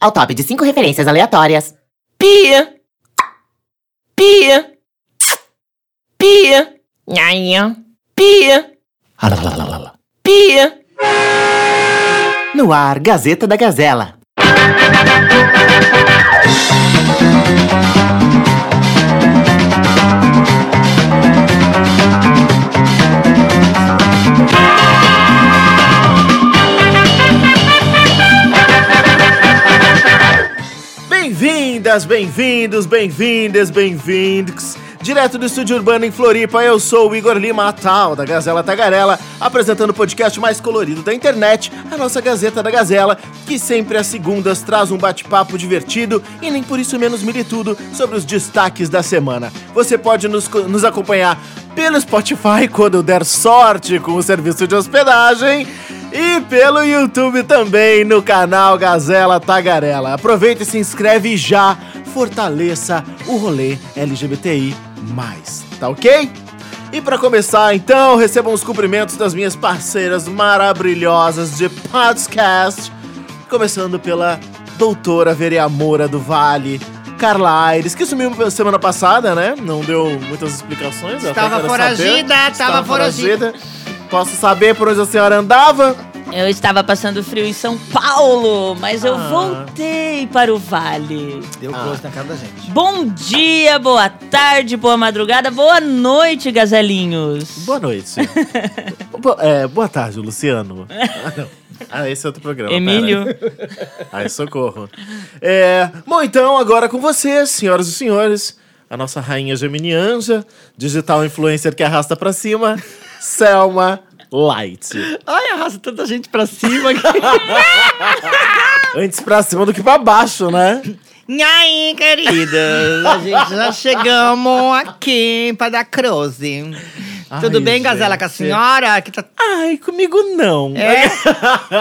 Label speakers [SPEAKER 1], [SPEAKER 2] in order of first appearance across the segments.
[SPEAKER 1] ao top de cinco referências aleatórias. Pia! Pia! Pia! Nhanhã! Pia! Pia! No ar, Gazeta da Gazela.
[SPEAKER 2] Bem-vindas, bem-vindos, bem-vindas, bem-vindos. Direto do Estúdio Urbano em Floripa, eu sou o Igor Lima Atal, da Gazela Tagarela, apresentando o podcast mais colorido da internet, a nossa Gazeta da Gazela, que sempre às segundas traz um bate-papo divertido e nem por isso menos militudo sobre os destaques da semana. Você pode nos, co- nos acompanhar pelo Spotify quando der sorte com o serviço de hospedagem. E pelo YouTube também, no canal Gazela Tagarela. Aproveita e se inscreve já. Fortaleça o rolê LGBTI. Tá ok? E pra começar, então, recebam os cumprimentos das minhas parceiras maravilhosas de podcast. Começando pela doutora vereamora do Vale, Carla Aires, que sumiu semana passada, né? Não deu muitas explicações. eu até
[SPEAKER 3] Estava
[SPEAKER 2] quero
[SPEAKER 3] foragida,
[SPEAKER 2] saber.
[SPEAKER 3] estava
[SPEAKER 2] Estava
[SPEAKER 3] foragida.
[SPEAKER 2] Posso saber por onde a senhora andava?
[SPEAKER 4] Eu estava passando frio em São Paulo, mas eu
[SPEAKER 2] Ah.
[SPEAKER 4] voltei para o vale.
[SPEAKER 3] Deu close na cara da gente.
[SPEAKER 4] Bom dia, boa tarde, boa madrugada, boa noite, gazelinhos.
[SPEAKER 2] Boa noite. Bo- é, boa tarde, Luciano. Ah, não. Ah, esse é outro programa. pera.
[SPEAKER 4] Emílio,
[SPEAKER 2] Ai, socorro. É, bom, então, agora com vocês, senhoras e senhores, a nossa rainha geminianja, digital influencer que arrasta pra cima, Selma Light.
[SPEAKER 3] Ai, arrasa tanta gente pra cima.
[SPEAKER 2] Antes pra cima do que pra baixo, né?
[SPEAKER 3] e aí, queridas? A gente já chegamos aqui pra dar close.
[SPEAKER 2] Ai,
[SPEAKER 3] Tudo bem, Gazela, com a
[SPEAKER 2] gente.
[SPEAKER 3] senhora? Aqui tá...
[SPEAKER 2] Ai, comigo não.
[SPEAKER 3] É?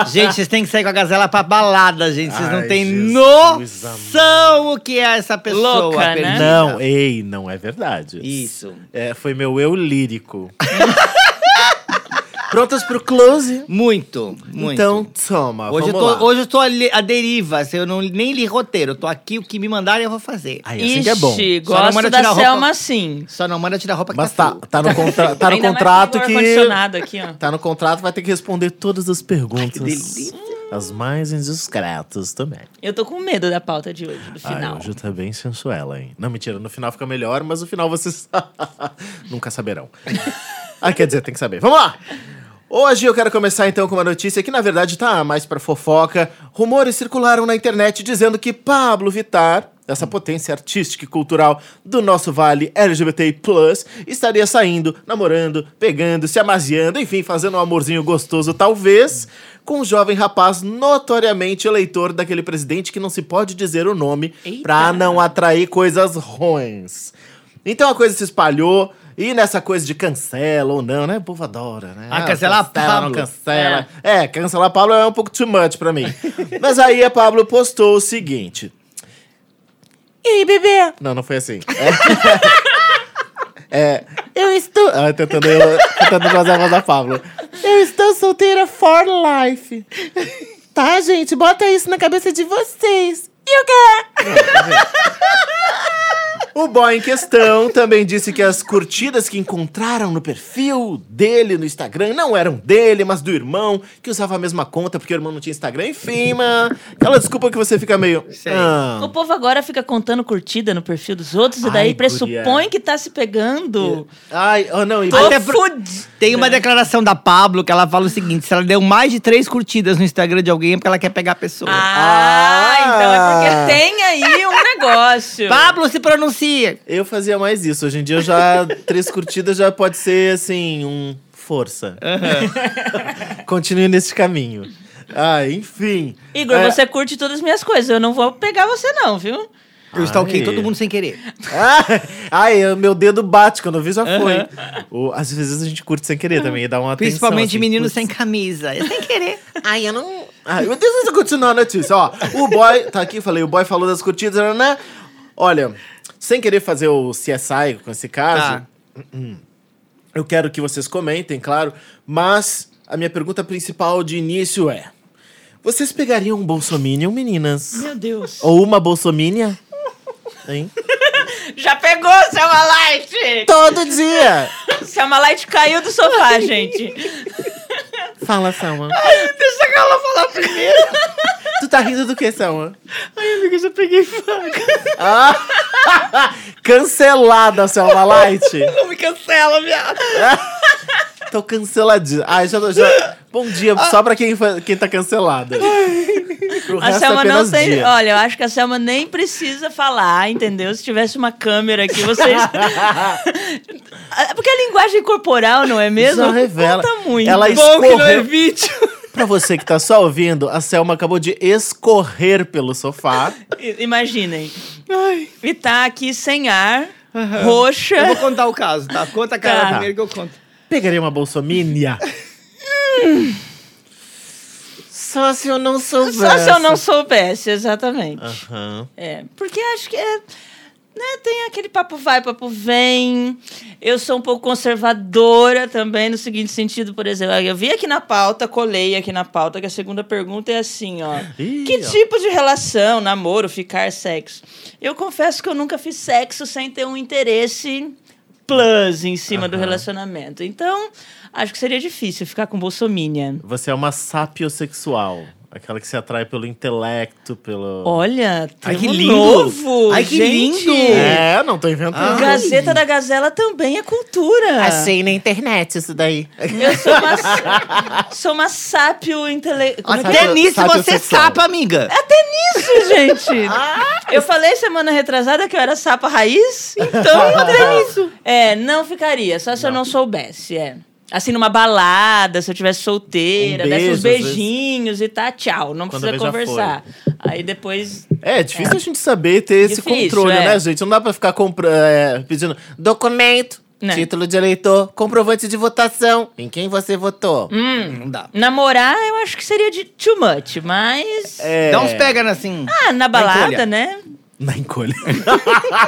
[SPEAKER 3] gente, vocês têm que sair com a Gazela pra balada, gente. Vocês
[SPEAKER 2] Ai,
[SPEAKER 3] não têm
[SPEAKER 2] Jesus
[SPEAKER 3] noção o que é essa pessoa.
[SPEAKER 4] Louca, né?
[SPEAKER 3] perdida.
[SPEAKER 2] Não, ei, não é verdade.
[SPEAKER 3] É. Isso.
[SPEAKER 2] É, foi meu eu lírico. Prontas pro close?
[SPEAKER 3] Muito, muito.
[SPEAKER 2] Então, toma,
[SPEAKER 3] Hoje eu,
[SPEAKER 2] vamos
[SPEAKER 3] tô,
[SPEAKER 2] lá.
[SPEAKER 3] hoje eu tô ali- à deriva, assim, eu não, nem li roteiro. Eu tô aqui, o que me mandarem eu vou fazer.
[SPEAKER 2] Ai, assim que é bom.
[SPEAKER 4] ixi,
[SPEAKER 3] Só não
[SPEAKER 4] gosto
[SPEAKER 3] manda
[SPEAKER 4] da
[SPEAKER 3] tirar a
[SPEAKER 4] Selma
[SPEAKER 3] roupa.
[SPEAKER 4] sim.
[SPEAKER 3] Só não manda tirar a roupa que
[SPEAKER 2] Mas
[SPEAKER 3] tá
[SPEAKER 2] tá,
[SPEAKER 3] frio.
[SPEAKER 2] tá no, contra tá no
[SPEAKER 4] Ainda mais
[SPEAKER 2] contrato
[SPEAKER 4] com o
[SPEAKER 2] que...
[SPEAKER 4] ar-condicionado aqui, ó.
[SPEAKER 2] Tá no contrato, vai ter que responder todas as perguntas.
[SPEAKER 3] delícia.
[SPEAKER 2] as mais indiscretas também.
[SPEAKER 4] Eu tô com medo da pauta de hoje, do final.
[SPEAKER 2] Ai, hoje tá bem sensuela, hein? Não, mentira, no final fica melhor, mas no final vocês nunca saberão. ah, quer dizer, tem que saber. Vamos lá! Hoje eu quero começar então com uma notícia que na verdade tá mais pra fofoca. Rumores circularam na internet dizendo que Pablo Vittar, essa potência artística e cultural do nosso vale LGBTI+, estaria saindo, namorando, pegando, se amaziando, enfim, fazendo um amorzinho gostoso talvez, com um jovem rapaz notoriamente eleitor daquele presidente que não se pode dizer o nome
[SPEAKER 4] Eita.
[SPEAKER 2] pra não atrair coisas ruins. Então a coisa se espalhou. E nessa coisa de cancela ou não, né? O povo adora, né?
[SPEAKER 3] Ah, cancelar
[SPEAKER 2] cancela, não
[SPEAKER 3] Pablo.
[SPEAKER 2] cancela. É. cancelar Pablo é um pouco too much pra mim. Mas aí a Pablo postou o seguinte. E aí, bebê? Não, não foi assim. É. É, eu estou. Ah, tentando, eu, tentando fazer a voz da Pablo. Eu estou solteira for life. Tá, gente? Bota isso na cabeça de vocês. E o quê? O boy em questão também disse que as curtidas que encontraram no perfil dele no Instagram não eram dele, mas do irmão, que usava a mesma conta porque o irmão não tinha Instagram. Enfim, mano. Aquela desculpa que você fica meio.
[SPEAKER 3] Sei.
[SPEAKER 2] "Ah,
[SPEAKER 4] O povo agora fica contando curtida no perfil dos outros e daí
[SPEAKER 2] Ai,
[SPEAKER 4] pressupõe
[SPEAKER 2] guria.
[SPEAKER 4] que tá se pegando.
[SPEAKER 2] Ai, oh, não. E
[SPEAKER 4] Tô
[SPEAKER 3] Até pro-
[SPEAKER 4] fudido.
[SPEAKER 3] Tem uma declaração da Pablo que ela fala o seguinte: se ela deu mais de três curtidas no Instagram de alguém é porque ela quer pegar a pessoa.
[SPEAKER 4] Ah,
[SPEAKER 2] Ah.
[SPEAKER 4] então é porque tem aí um negócio.
[SPEAKER 3] Pablo se pronuncia!
[SPEAKER 2] Eu fazia mais isso. Hoje em dia, eu já três curtidas já pode ser, assim, um força. Continue nesse caminho. Ah, enfim.
[SPEAKER 4] Igor,
[SPEAKER 2] É,
[SPEAKER 4] você curte todas as minhas coisas. Eu não vou pegar você, não, viu?
[SPEAKER 3] Eu stalkei
[SPEAKER 2] Ai.
[SPEAKER 3] todo mundo sem querer.
[SPEAKER 2] Ah, ai, eu- meu dedo bate quando eu vi, já foi. O- às vezes a gente curte sem querer também, e dá uma
[SPEAKER 3] Principalmente
[SPEAKER 2] atenção, assim,
[SPEAKER 3] menino
[SPEAKER 2] putz.
[SPEAKER 3] sem camisa. É Sem querer.
[SPEAKER 2] Ai, eu não. Ai, meu Deus, deixa eu continuar a notícia. Ó, o boy. Tá aqui, falei, o boy falou das curtidas, né? Olha, sem querer fazer o CSI com esse caso, hum,
[SPEAKER 3] Tá.
[SPEAKER 2] eu quero que vocês comentem, claro, mas a minha pergunta principal de início é: Vocês pegariam um bolsominion, meninas?
[SPEAKER 4] Meu Deus.
[SPEAKER 2] Ou uma bolsomínia? Hein?
[SPEAKER 4] Já pegou o Samalite!
[SPEAKER 2] Todo dia!
[SPEAKER 4] O Samalite caiu do sofá, gente.
[SPEAKER 2] Fala, Selma.
[SPEAKER 3] Deixa a Carla falar primeiro.
[SPEAKER 2] Tu tá rindo do que, Selma?
[SPEAKER 3] Ai, amiga, eu já peguei faca.
[SPEAKER 2] Ah! Cancelada, Selma Light!
[SPEAKER 3] Não me cancela, viado.
[SPEAKER 2] Tô canceladinha. Ai, já, já... Bom dia, só pra quem, fa- quem tá cancelada. Pro
[SPEAKER 4] A
[SPEAKER 2] resto é
[SPEAKER 4] Selma não
[SPEAKER 2] apenas
[SPEAKER 4] tem.
[SPEAKER 2] dia.
[SPEAKER 4] Olha, eu acho que a Selma nem precisa falar, entendeu? Se tivesse uma câmera aqui, vocês. É Porque a linguagem corporal, não é mesmo?
[SPEAKER 2] Já revela.
[SPEAKER 4] Conta muito.
[SPEAKER 2] Ela
[SPEAKER 3] Bom que não é
[SPEAKER 2] escorreu.
[SPEAKER 3] vídeo.
[SPEAKER 2] Pra você que tá só ouvindo, a Selma acabou de escorrer pelo sofá.
[SPEAKER 4] I- Imaginem.
[SPEAKER 3] Ai.
[SPEAKER 4] E tá aqui sem ar,
[SPEAKER 3] Aham. Eu vou
[SPEAKER 4] roxa.
[SPEAKER 3] contar o caso, tá? Conta a Carla
[SPEAKER 4] Tá.
[SPEAKER 3] primeiro que eu conto.
[SPEAKER 2] Pegaria uma bolsomínia? Só se eu não soubesse.
[SPEAKER 4] Só se eu não soubesse, exatamente.
[SPEAKER 2] Ah. Aham.
[SPEAKER 4] É, porque acho que é. Né, tem aquele papo vai, papo vem. Eu sou um pouco conservadora também, no seguinte sentido, por exemplo. Eu vi aqui na pauta, colei aqui na pauta, que a segunda pergunta é assim, ó.
[SPEAKER 2] Ih,
[SPEAKER 4] que
[SPEAKER 2] ó.
[SPEAKER 4] tipo de relação, namoro, ficar, sexo? Eu confesso que eu nunca fiz sexo sem ter um interesse plus em cima do
[SPEAKER 2] Aham.
[SPEAKER 4] relacionamento. Então, acho que seria difícil ficar com bolsominion.
[SPEAKER 2] Você é uma sapiosexual. Aquela que se atrai pelo intelecto, pelo...
[SPEAKER 4] Olha,
[SPEAKER 3] Ai,
[SPEAKER 4] tem
[SPEAKER 3] que
[SPEAKER 4] um
[SPEAKER 3] lindo.
[SPEAKER 4] novo.
[SPEAKER 3] Ai, que
[SPEAKER 4] gente.
[SPEAKER 3] lindo.
[SPEAKER 2] É, não tô inventando.
[SPEAKER 4] Gazeta da Gazela também é cultura.
[SPEAKER 1] na internet isso daí.
[SPEAKER 4] Eu sou uma, sa- sou uma sápio é intelectual.
[SPEAKER 2] Sabe-
[SPEAKER 3] Até nisso
[SPEAKER 2] sabe
[SPEAKER 3] você é
[SPEAKER 2] sexual.
[SPEAKER 3] sapa, amiga.
[SPEAKER 4] É. isso, gente? Eu falei semana retrasada que eu era sapa raiz, então até nisso. É, não ficaria, só se eu não soubesse, é. Assim, numa balada, se eu tivesse solteira,
[SPEAKER 2] Um
[SPEAKER 4] desse uns
[SPEAKER 2] beijo, às vezes.
[SPEAKER 4] beijinhos e tá, tchau. Não
[SPEAKER 2] Quando
[SPEAKER 4] precisa
[SPEAKER 2] vê, já
[SPEAKER 4] conversar. Aí depois.
[SPEAKER 2] É, é difícil a gente saber ter esse
[SPEAKER 4] Difícil,
[SPEAKER 2] controle,
[SPEAKER 4] é.
[SPEAKER 2] né, gente? Não dá pra ficar compra- é, pedindo documento,
[SPEAKER 4] Né.
[SPEAKER 2] título de eleitor, comprovante de votação, em quem você votou.
[SPEAKER 4] Hum.
[SPEAKER 3] Hum, Não dá.
[SPEAKER 4] Namorar, eu acho que seria de too much, mas.
[SPEAKER 2] É,
[SPEAKER 3] Dá uns pega assim.
[SPEAKER 4] Ah, na balada,
[SPEAKER 3] encolha.
[SPEAKER 4] né?
[SPEAKER 2] Na encolha.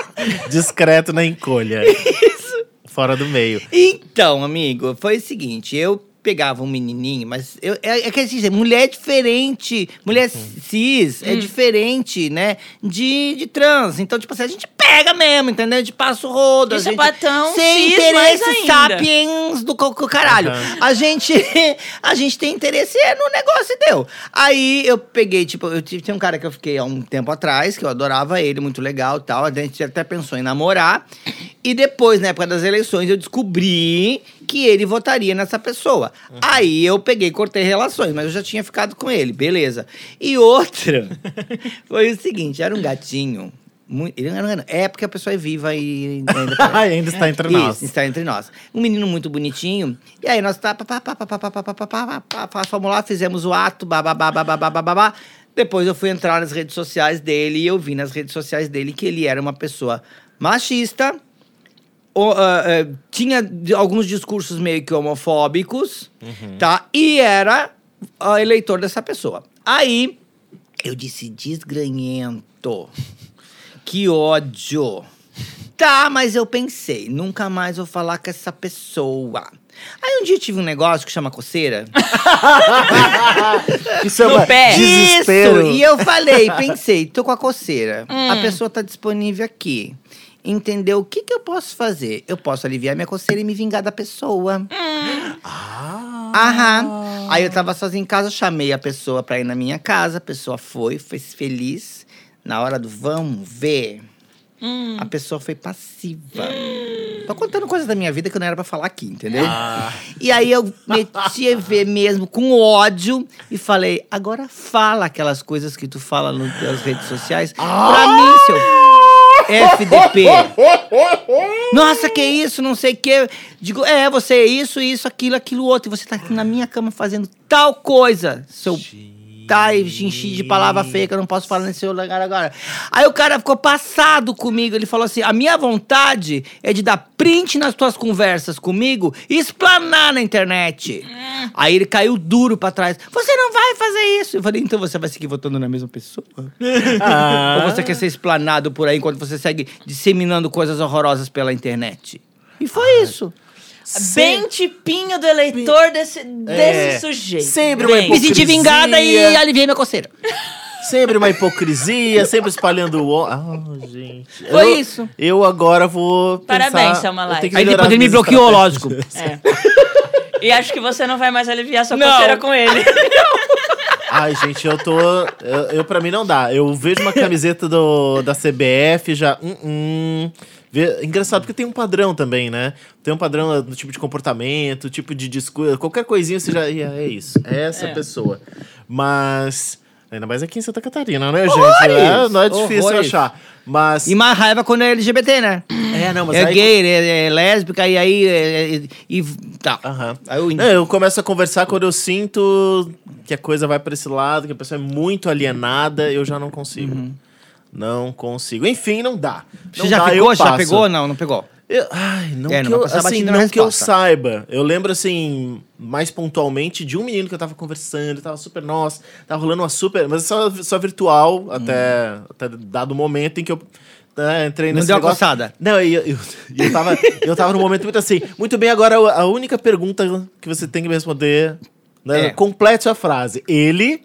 [SPEAKER 2] Discreto na encolha. Isso. Fora do meio.
[SPEAKER 3] Então, amigo, foi o seguinte, eu pegava um menininho, mas eu, é, é que assim, mulher é diferente, mulher cis
[SPEAKER 4] Hum.
[SPEAKER 3] é diferente, né, de, de trans. Então, tipo assim, a gente pega mesmo, entendeu? De passo rodo, a
[SPEAKER 4] Que
[SPEAKER 3] gente...
[SPEAKER 4] sapatão
[SPEAKER 3] sem
[SPEAKER 4] é cis, mais
[SPEAKER 3] interesse
[SPEAKER 4] ainda.
[SPEAKER 3] sapiens do co- co- caralho.
[SPEAKER 2] Aham.
[SPEAKER 3] A gente a gente tem interesse é, no negócio, entendeu? Aí eu peguei, tipo, eu tive, tinha um cara que eu fiquei há um tempo atrás, que eu adorava ele, muito legal e tal. A gente até pensou em namorar. E depois, na época das eleições, eu descobri que ele votaria nessa pessoa. Aí eu peguei, e cortei relações, mas eu já tinha ficado com ele, beleza. E outra foi o seguinte: era um gatinho. mui- Ele não era, é porque a pessoa é viva e ainda
[SPEAKER 2] Ai, ainda está entre nós.
[SPEAKER 3] isso, está entre nós. Um menino muito bonitinho. E aí nós tá, pá, pá, pá, pá, pá, pá, pá, pá, pá, pá, pá, pá, fomos lá, fizemos o ato, bababá, bababá, bababá. Depois eu fui entrar nas redes sociais dele e eu vi nas redes sociais dele que ele era uma pessoa machista, o- ah, ah, tinha de- alguns discursos meio que homofóbicos, tá? E era ah, eleitor dessa pessoa. Aí eu disse desgranhento. Que ódio. Tá, mas eu pensei, nunca mais vou falar com essa pessoa. Aí um dia eu tive um negócio que chama coceira.
[SPEAKER 2] Isso é
[SPEAKER 4] No
[SPEAKER 2] uma
[SPEAKER 4] pé.
[SPEAKER 2] desespero.
[SPEAKER 3] E eu falei, pensei, tô com a coceira. A pessoa tá disponível aqui. Entendeu? O que, que eu posso fazer? Eu posso aliviar minha coceira e me vingar da pessoa. Aham. Aí eu tava sozinha em casa, chamei a pessoa pra ir na minha casa. A pessoa foi, fez feliz. Na hora do vamos ver, a pessoa foi passiva. Tô contando coisas da minha vida que eu não era pra falar aqui, entendeu? E aí eu meti a ver mesmo com ódio e falei: agora fala aquelas coisas que tu fala no- nas redes sociais pra mim, seu FDP. Nossa, que isso, não sei o quê. Digo, é, você é isso, isso, aquilo, aquilo outro. E você tá aqui na minha cama fazendo tal coisa, seu. Tá, e te enchi de palavra feia que eu não posso falar nesse lugar agora. Aí o cara ficou passado comigo. Ele falou assim: a minha vontade é de dar print nas tuas conversas comigo e esplanar na internet. Aí ele caiu duro pra trás. Você não vai fazer isso. Eu falei, então você vai seguir votando na mesma pessoa?
[SPEAKER 2] Ah.
[SPEAKER 3] Ou você quer ser explanado por aí enquanto você segue disseminando coisas horrorosas pela internet? E foi isso.
[SPEAKER 4] Bem tipinho do eleitor desse, desse sujeito.
[SPEAKER 2] É. Sempre uma
[SPEAKER 4] Bem.
[SPEAKER 2] hipocrisia.
[SPEAKER 5] Me senti vingada e aliviei minha coceira.
[SPEAKER 2] Sempre uma hipocrisia, sempre espalhando o. ó- Ah, gente.
[SPEAKER 5] Foi
[SPEAKER 2] Eu-
[SPEAKER 5] isso.
[SPEAKER 2] Eu agora vou. pensar-
[SPEAKER 4] Parabéns, Selma
[SPEAKER 2] eu
[SPEAKER 4] Laif.
[SPEAKER 2] tenho que
[SPEAKER 5] Aí
[SPEAKER 2] melhorar
[SPEAKER 5] depois ele me
[SPEAKER 2] minhas
[SPEAKER 5] bloqueou,
[SPEAKER 2] estratégias.
[SPEAKER 5] lógico.
[SPEAKER 4] E acho que você É. não vai mais aliviar sua
[SPEAKER 5] Não.
[SPEAKER 4] coceira com ele.
[SPEAKER 2] Ai, gente, eu tô. Eu, eu pra mim não dá. Eu vejo uma camiseta do, da CBF já. Hum, hum. Vê- Engraçado, porque tem um padrão também, né? Tem um padrão do tipo de comportamento, tipo de discurso, qualquer coisinha você já. "Ih, É isso, é essa
[SPEAKER 4] É.
[SPEAKER 2] pessoa. Mas. Ainda mais aqui em Santa Catarina, né, gente? É, não é difícil
[SPEAKER 3] Horrores!
[SPEAKER 2] achar. Mas.
[SPEAKER 3] E mais raiva quando é LGBT, né?
[SPEAKER 2] É, não, mas
[SPEAKER 3] é
[SPEAKER 2] aí-
[SPEAKER 3] gay, é, é lésbica, e aí. é- é- e tá.
[SPEAKER 2] Aham.
[SPEAKER 3] Aí eu-
[SPEAKER 2] Não, eu começo a conversar quando eu sinto que a coisa vai pra esse lado, que a pessoa é muito alienada, eu já não consigo. Não consigo. Enfim, não dá.
[SPEAKER 3] Uhum. Você
[SPEAKER 2] Não
[SPEAKER 3] já
[SPEAKER 2] dá,
[SPEAKER 3] pegou?
[SPEAKER 2] eu
[SPEAKER 3] Já
[SPEAKER 2] passo.
[SPEAKER 3] pegou? Não, não pegou.
[SPEAKER 2] Eu- ai, não,
[SPEAKER 3] É,
[SPEAKER 2] que,
[SPEAKER 3] não
[SPEAKER 2] eu,
[SPEAKER 3] vai passar
[SPEAKER 2] assim,
[SPEAKER 3] batido na
[SPEAKER 2] não que eu
[SPEAKER 3] resposta.
[SPEAKER 2] saiba. Eu lembro, assim, mais pontualmente de um menino que eu tava conversando, tava super, nossa, tava rolando uma super. Mas só, só virtual, até, até dado o momento em que eu. né, entrei
[SPEAKER 3] Hum. Não
[SPEAKER 2] nesse
[SPEAKER 3] deu a
[SPEAKER 2] negócio.
[SPEAKER 3] coçada.
[SPEAKER 2] Não, e eu, eu, eu tava, eu tava num momento muito assim. Muito bem, agora a a única pergunta que você tem que me responder. Né,
[SPEAKER 3] É.
[SPEAKER 2] Complete sua frase. Ele.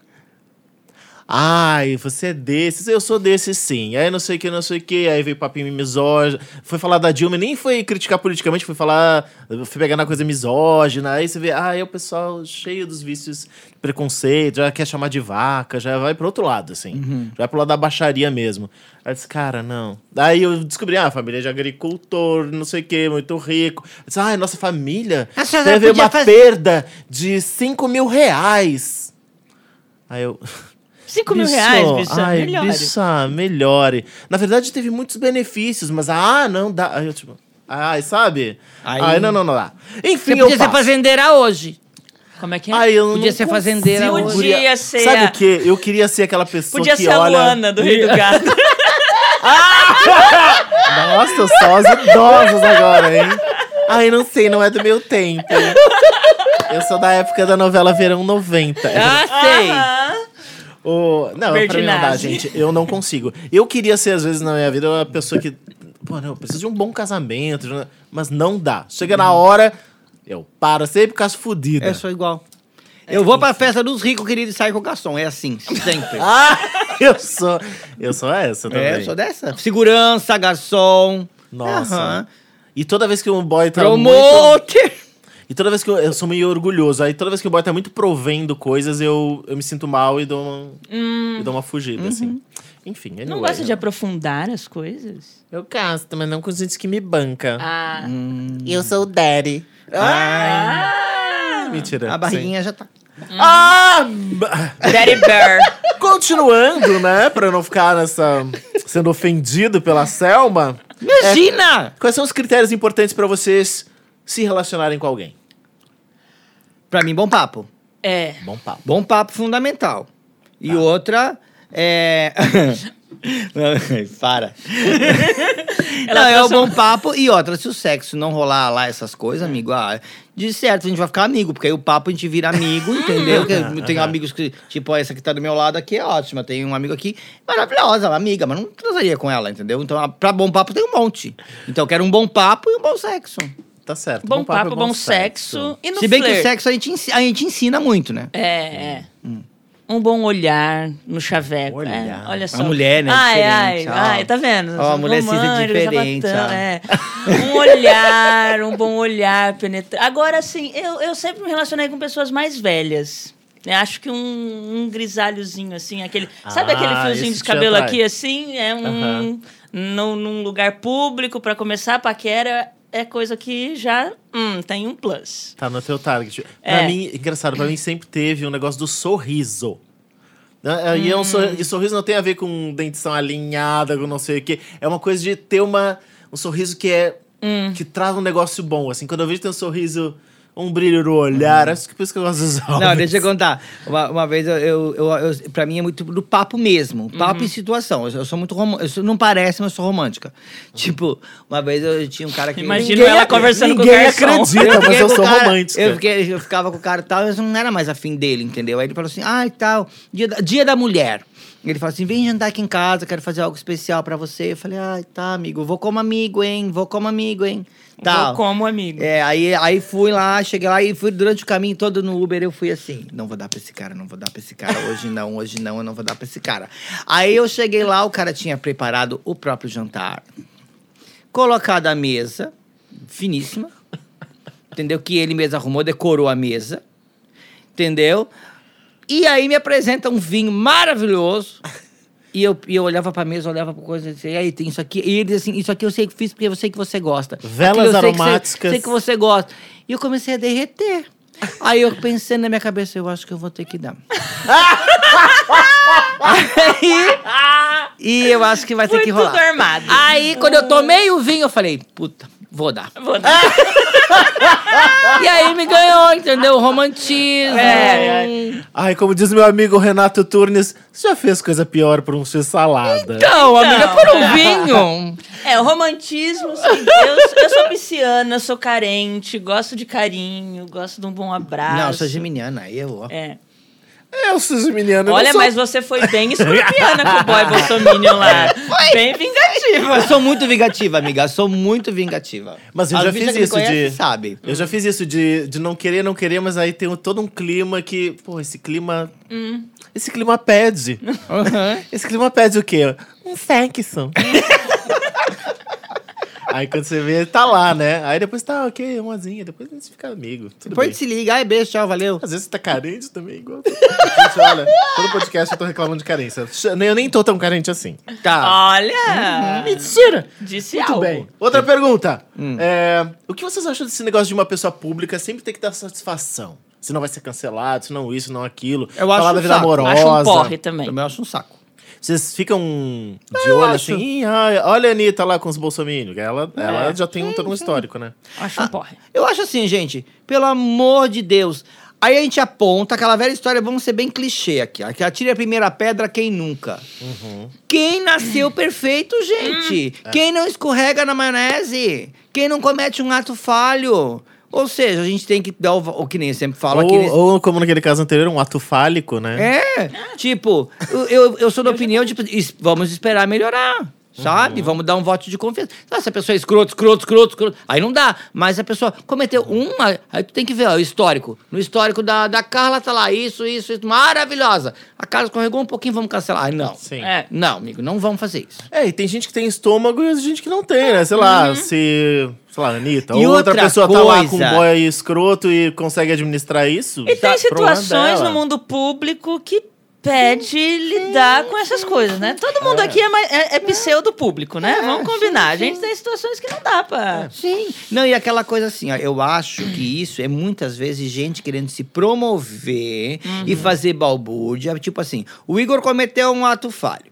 [SPEAKER 2] Ai, você é desses, eu sou desse sim. Aí não sei o que, não sei o que, aí veio papinho misógino. Foi falar da Dilma, nem foi criticar politicamente, foi falar, foi pegar na coisa misógina. Aí você vê, ah, é o pessoal cheio dos vícios, preconceito, já quer chamar de vaca, já vai pro outro lado, assim.
[SPEAKER 5] Uhum.
[SPEAKER 2] Já vai pro lado da baixaria mesmo. Aí eu disse, cara, não. Daí eu descobri, ah, família de agricultor, não sei o que, muito rico. Eu disse, ah, nossa família
[SPEAKER 5] A senhora
[SPEAKER 2] teve
[SPEAKER 5] podia
[SPEAKER 2] uma
[SPEAKER 5] fazer-
[SPEAKER 2] perda de 5 mil reais. Aí eu.
[SPEAKER 4] Cinco mil reais, é bicha.
[SPEAKER 2] Ai,
[SPEAKER 4] melhor.
[SPEAKER 2] bicha, melhore. Na verdade, teve muitos benefícios, mas ah, não dá. Aí eu, tipo, ai, sabe?
[SPEAKER 3] Aí-
[SPEAKER 2] Ai, não, não, não dá.
[SPEAKER 5] Você
[SPEAKER 2] Enfim, eu
[SPEAKER 5] podia ser
[SPEAKER 2] passo.
[SPEAKER 5] fazendeira hoje.
[SPEAKER 4] Como é que é?
[SPEAKER 2] Ai, eu
[SPEAKER 5] podia
[SPEAKER 2] não
[SPEAKER 5] ser
[SPEAKER 2] consigo,
[SPEAKER 5] fazendeira hoje.
[SPEAKER 2] guria.
[SPEAKER 4] Podia ser
[SPEAKER 2] Sabe
[SPEAKER 4] a-
[SPEAKER 2] o quê? Eu queria ser aquela pessoa
[SPEAKER 4] Podia
[SPEAKER 2] que
[SPEAKER 4] ser a
[SPEAKER 2] olha...
[SPEAKER 4] Luana do Rei do Gado.
[SPEAKER 2] Nossa, só os idosos agora, hein? Ai, não sei, não é do meu tempo. Eu sou da época da novela Verão É 90.
[SPEAKER 5] Ah, sei.
[SPEAKER 4] Aham.
[SPEAKER 2] Ô, não, pra mim não dá,
[SPEAKER 4] Verdinagem.
[SPEAKER 2] gente. Eu não consigo. Eu queria ser, às vezes, na minha vida, uma pessoa que. Pô, não, eu preciso de um bom casamento, de uma- mas não dá. Chega
[SPEAKER 3] Uhum.
[SPEAKER 2] na hora, eu paro sempre com as fodidas.
[SPEAKER 3] Eu sou igual.
[SPEAKER 2] É
[SPEAKER 3] Eu vou pra festa dos ricos, querido, e saio com o garçom. É assim, sempre.
[SPEAKER 2] Ah, eu sou. Eu sou essa também.
[SPEAKER 3] é, eu sou dessa. Segurança, garçom.
[SPEAKER 2] Nossa.
[SPEAKER 3] Aham.
[SPEAKER 2] E toda vez que um boy tá. Muito...
[SPEAKER 3] Promoter.
[SPEAKER 2] E toda vez que eu, eu sou meio orgulhoso. Aí toda vez que o boy tá muito provendo coisas, eu, eu me sinto mal e dou uma, e dou uma fugida,
[SPEAKER 3] Uhum.
[SPEAKER 2] assim. Enfim, anyway,
[SPEAKER 4] Hum. Não gosta de
[SPEAKER 2] né?
[SPEAKER 4] aprofundar as coisas?
[SPEAKER 2] Eu gasto, mas não com gente que me banca.
[SPEAKER 4] Ah.
[SPEAKER 2] Hum.
[SPEAKER 1] Eu sou o Daddy.
[SPEAKER 4] Ah.
[SPEAKER 2] Mentira. Ah,
[SPEAKER 3] A
[SPEAKER 2] sim.
[SPEAKER 3] barriguinha já tá.
[SPEAKER 2] Ah! b-
[SPEAKER 4] Daddy Bear.
[SPEAKER 2] Continuando, né? Pra não ficar nessa. sendo ofendido pela Selma.
[SPEAKER 3] Imagina!
[SPEAKER 2] Quais são os critérios importantes pra vocês se relacionarem com alguém?
[SPEAKER 3] Pra mim, bom papo.
[SPEAKER 4] É.
[SPEAKER 2] Bom papo.
[SPEAKER 3] Bom papo fundamental.
[SPEAKER 4] Tá.
[SPEAKER 3] E outra é. Não, Para. não, é o bom papo e outra. Se o sexo não rolar lá essas coisas,
[SPEAKER 4] É.
[SPEAKER 3] amigo, ah, de certo a gente vai ficar amigo, porque aí o papo a gente vira amigo, entendeu? Que eu tenho amigos que, tipo, essa que tá do meu lado aqui é ótima. Tem um amigo aqui maravilhosa, uma amiga, mas não transaria com ela, entendeu? Então, ah, pra bom papo tem um monte. Então, eu quero um bom papo e um bom sexo.
[SPEAKER 2] Tá certo.
[SPEAKER 4] Bom, papo, bom sexo. E no
[SPEAKER 3] Se bem que o
[SPEAKER 4] flirt?
[SPEAKER 3] sexo a gente, ensi- a gente ensina muito, né?
[SPEAKER 4] É, é. Um bom olhar no chaveco.
[SPEAKER 2] Olhar.
[SPEAKER 4] é, olha só.
[SPEAKER 3] Um mulher, né,
[SPEAKER 4] Ai, ai,
[SPEAKER 3] diferente, ó.
[SPEAKER 4] ai, tá vendo?
[SPEAKER 3] Ó, a mulher cis é
[SPEAKER 4] Romântico,
[SPEAKER 3] diferente,
[SPEAKER 4] sapatão,
[SPEAKER 3] ó.
[SPEAKER 4] é. Um olhar, um bom olhar penetrante. Agora, assim, eu, eu sempre me relacionei com pessoas mais velhas. Eu acho que um, um grisalhozinho, assim, aquele. Sabe
[SPEAKER 2] Ah,
[SPEAKER 4] aquele fiozinho
[SPEAKER 2] isso
[SPEAKER 4] de
[SPEAKER 2] te
[SPEAKER 4] cabelo
[SPEAKER 2] atrai.
[SPEAKER 4] aqui, assim? É um.
[SPEAKER 2] Aham.
[SPEAKER 4] num, num lugar público, pra começar a paquera, é coisa que já hum, tem um plus.
[SPEAKER 2] Tá no teu target. Pra
[SPEAKER 4] É.
[SPEAKER 2] mim, engraçado, pra mim sempre teve um negócio do sorriso. Né? E, é um sorri- e sorriso não tem a ver com dentição alinhada, com não sei o quê. É uma coisa de ter uma, um sorriso que é. que traz um negócio bom. Assim, quando eu vejo tem um sorriso, um brilho no olhar, acho que por isso que eu gosto dos homens.
[SPEAKER 3] Não, deixa eu contar. Uma, uma vez eu, eu, eu, eu- pra mim é muito do papo mesmo. Papo e situação. Eu, eu sou muito romântica. Não parece, mas eu sou romântica. Tipo, uma vez eu tinha um cara que.
[SPEAKER 4] Imagina ela conversando com o
[SPEAKER 2] ninguém
[SPEAKER 4] garçom.
[SPEAKER 2] acredita, mas
[SPEAKER 3] fiquei
[SPEAKER 2] eu
[SPEAKER 3] com o
[SPEAKER 2] sou
[SPEAKER 3] cara-
[SPEAKER 2] romântica.
[SPEAKER 3] Eu, fiquei- eu ficava com o cara e tal, mas eu não era mais afim dele, entendeu? Aí ele falou assim: ai, tal, dia da, dia da mulher. Ele falou assim: vem jantar aqui em casa, quero fazer algo especial pra você. Eu falei, ai, tá, amigo, vou como amigo, hein? Vou como amigo, hein? Tal.
[SPEAKER 4] Eu como amigo.
[SPEAKER 3] É, aí, aí fui lá, cheguei lá e fui durante o caminho todo no Uber, eu fui assim, não vou dar pra esse cara, não vou dar pra esse cara, hoje não, hoje não, eu não vou dar pra esse cara. Aí eu cheguei lá, o cara tinha preparado o próprio jantar, colocado a mesa, finíssima, entendeu? Que ele mesmo arrumou, decorou a mesa, entendeu? E aí me apresenta um vinho maravilhoso. E eu, e eu olhava pra mesa, olhava pra coisa e dizia, e aí, tem isso aqui. E ele dizia assim, isso aqui eu sei que fiz porque eu sei que você gosta.
[SPEAKER 2] Velas
[SPEAKER 3] Aquilo eu sei que você-
[SPEAKER 2] aromáticas.
[SPEAKER 3] sei que você gosta. E eu comecei a derreter. Aí eu pensei na minha cabeça, eu acho que eu vou ter que dar. aí, e eu acho que vai ter
[SPEAKER 4] Foi
[SPEAKER 3] que
[SPEAKER 4] tudo
[SPEAKER 3] rolar.
[SPEAKER 4] armado.
[SPEAKER 5] Aí, quando eu tomei o vinho, eu falei, puta, vou dar.
[SPEAKER 4] Vou dar.
[SPEAKER 5] E aí me ganhou, entendeu? O romantismo.
[SPEAKER 4] É,
[SPEAKER 2] Ai, como diz meu amigo Renato Turnes, já fez coisa pior por um x salada.
[SPEAKER 5] Então, amiga, por um vinho.
[SPEAKER 4] É, o romantismo, sim. Eu, eu sou pisciana, sou carente, gosto de carinho, gosto de um bom abraço.
[SPEAKER 3] Não, eu sou geminiana, aí eu... ó.
[SPEAKER 4] É.
[SPEAKER 2] Eu, esses meninos.
[SPEAKER 4] Olha,
[SPEAKER 2] não sou-
[SPEAKER 4] mas você foi bem escorpiana com o boy Bolsominion lá. Bem vingativa.
[SPEAKER 3] Eu sou muito vingativa, amiga, eu sou muito vingativa.
[SPEAKER 2] Mas eu
[SPEAKER 3] A
[SPEAKER 2] já
[SPEAKER 3] Luísa
[SPEAKER 2] fiz
[SPEAKER 3] que me
[SPEAKER 2] isso
[SPEAKER 3] conhece
[SPEAKER 2] de.
[SPEAKER 3] sabe.
[SPEAKER 2] Eu já fiz isso de, de não querer, não querer, mas aí tem um- todo um clima que. Pô, esse clima.
[SPEAKER 3] Hum.
[SPEAKER 2] Esse clima pede.
[SPEAKER 5] Uhum.
[SPEAKER 2] Esse clima pede o quê? Um sexo. aí quando você vê, tá lá, né? Aí depois tá, ok, umazinha. Depois a gente fica amigo. Tudo
[SPEAKER 3] Depois
[SPEAKER 2] bem.
[SPEAKER 3] se liga, ai, beijo, tchau, valeu.
[SPEAKER 2] Às vezes você tá carente também, igual. gente, olha, todo podcast eu tô reclamando de carência. Eu nem tô tão carente assim.
[SPEAKER 3] Tá.
[SPEAKER 4] Ah, Olha!
[SPEAKER 2] Uhum. Mentira!
[SPEAKER 4] Disse
[SPEAKER 2] Muito
[SPEAKER 4] algo.
[SPEAKER 2] bem. Outra pergunta. É, o que vocês acham desse negócio de uma pessoa pública sempre ter que dar satisfação? Se não vai ser cancelado, se não isso, não aquilo.
[SPEAKER 3] Eu acho
[SPEAKER 2] Falar
[SPEAKER 3] um
[SPEAKER 2] da vida
[SPEAKER 3] saco.
[SPEAKER 2] amorosa.
[SPEAKER 4] Acho um porre também.
[SPEAKER 3] Também eu acho um saco.
[SPEAKER 2] Vocês ficam de olho assim. "Ih, ai, olha a Anitta lá com os bolsominions. Ela, ela já tem um, todo um histórico, né?
[SPEAKER 4] Acho um porre.
[SPEAKER 3] Eu acho assim, gente, pelo amor de Deus. Aí a gente aponta aquela velha história, vamos ser bem clichê aqui. ó, que Atire a primeira pedra, quem nunca? Quem nasceu perfeito, gente? Quem não escorrega na maionese? Quem não comete um ato falho? Ou seja, a gente tem que dar o, va- o que nem eu sempre falo aqui.
[SPEAKER 2] Ou, ou, como naquele caso anterior, um ato fálico, né?
[SPEAKER 3] É, tipo, eu- eu, eu sou da opinião de es- vamos esperar melhorar. Sabe? Vamos dar um voto de confiança. Ah, se a pessoa é escroto, escroto, escroto, escroto. Aí não dá. Mas a pessoa cometeu uma. Aí tu tem que ver, ó, o histórico. No histórico da, da Carla tá lá, isso, isso, isso. Maravilhosa. A Carla escorregou um pouquinho, vamos cancelar. Aí não.
[SPEAKER 2] Sim.
[SPEAKER 4] É.
[SPEAKER 3] Não, amigo, não vamos fazer isso.
[SPEAKER 2] É, e tem gente que tem estômago e gente que não tem, né? Sei lá, se. Sei lá, Anitta.
[SPEAKER 3] E
[SPEAKER 2] ou outra,
[SPEAKER 3] outra
[SPEAKER 2] pessoa tá lá com
[SPEAKER 3] coisa.
[SPEAKER 2] um boy escroto e consegue administrar isso.
[SPEAKER 4] E tem
[SPEAKER 2] tá, problema
[SPEAKER 4] situações
[SPEAKER 2] dela.
[SPEAKER 4] no mundo público que pede lidar com essas coisas, né? Todo mundo aqui é, mais- é, é pseudo público, né? Vamos combinar. A gente tem situações que não dá pra.
[SPEAKER 3] Sim. Não, e aquela coisa assim, ó, eu acho que isso é muitas vezes gente querendo se promover e fazer balbúrdia. Tipo assim, o Igor cometeu um ato falho.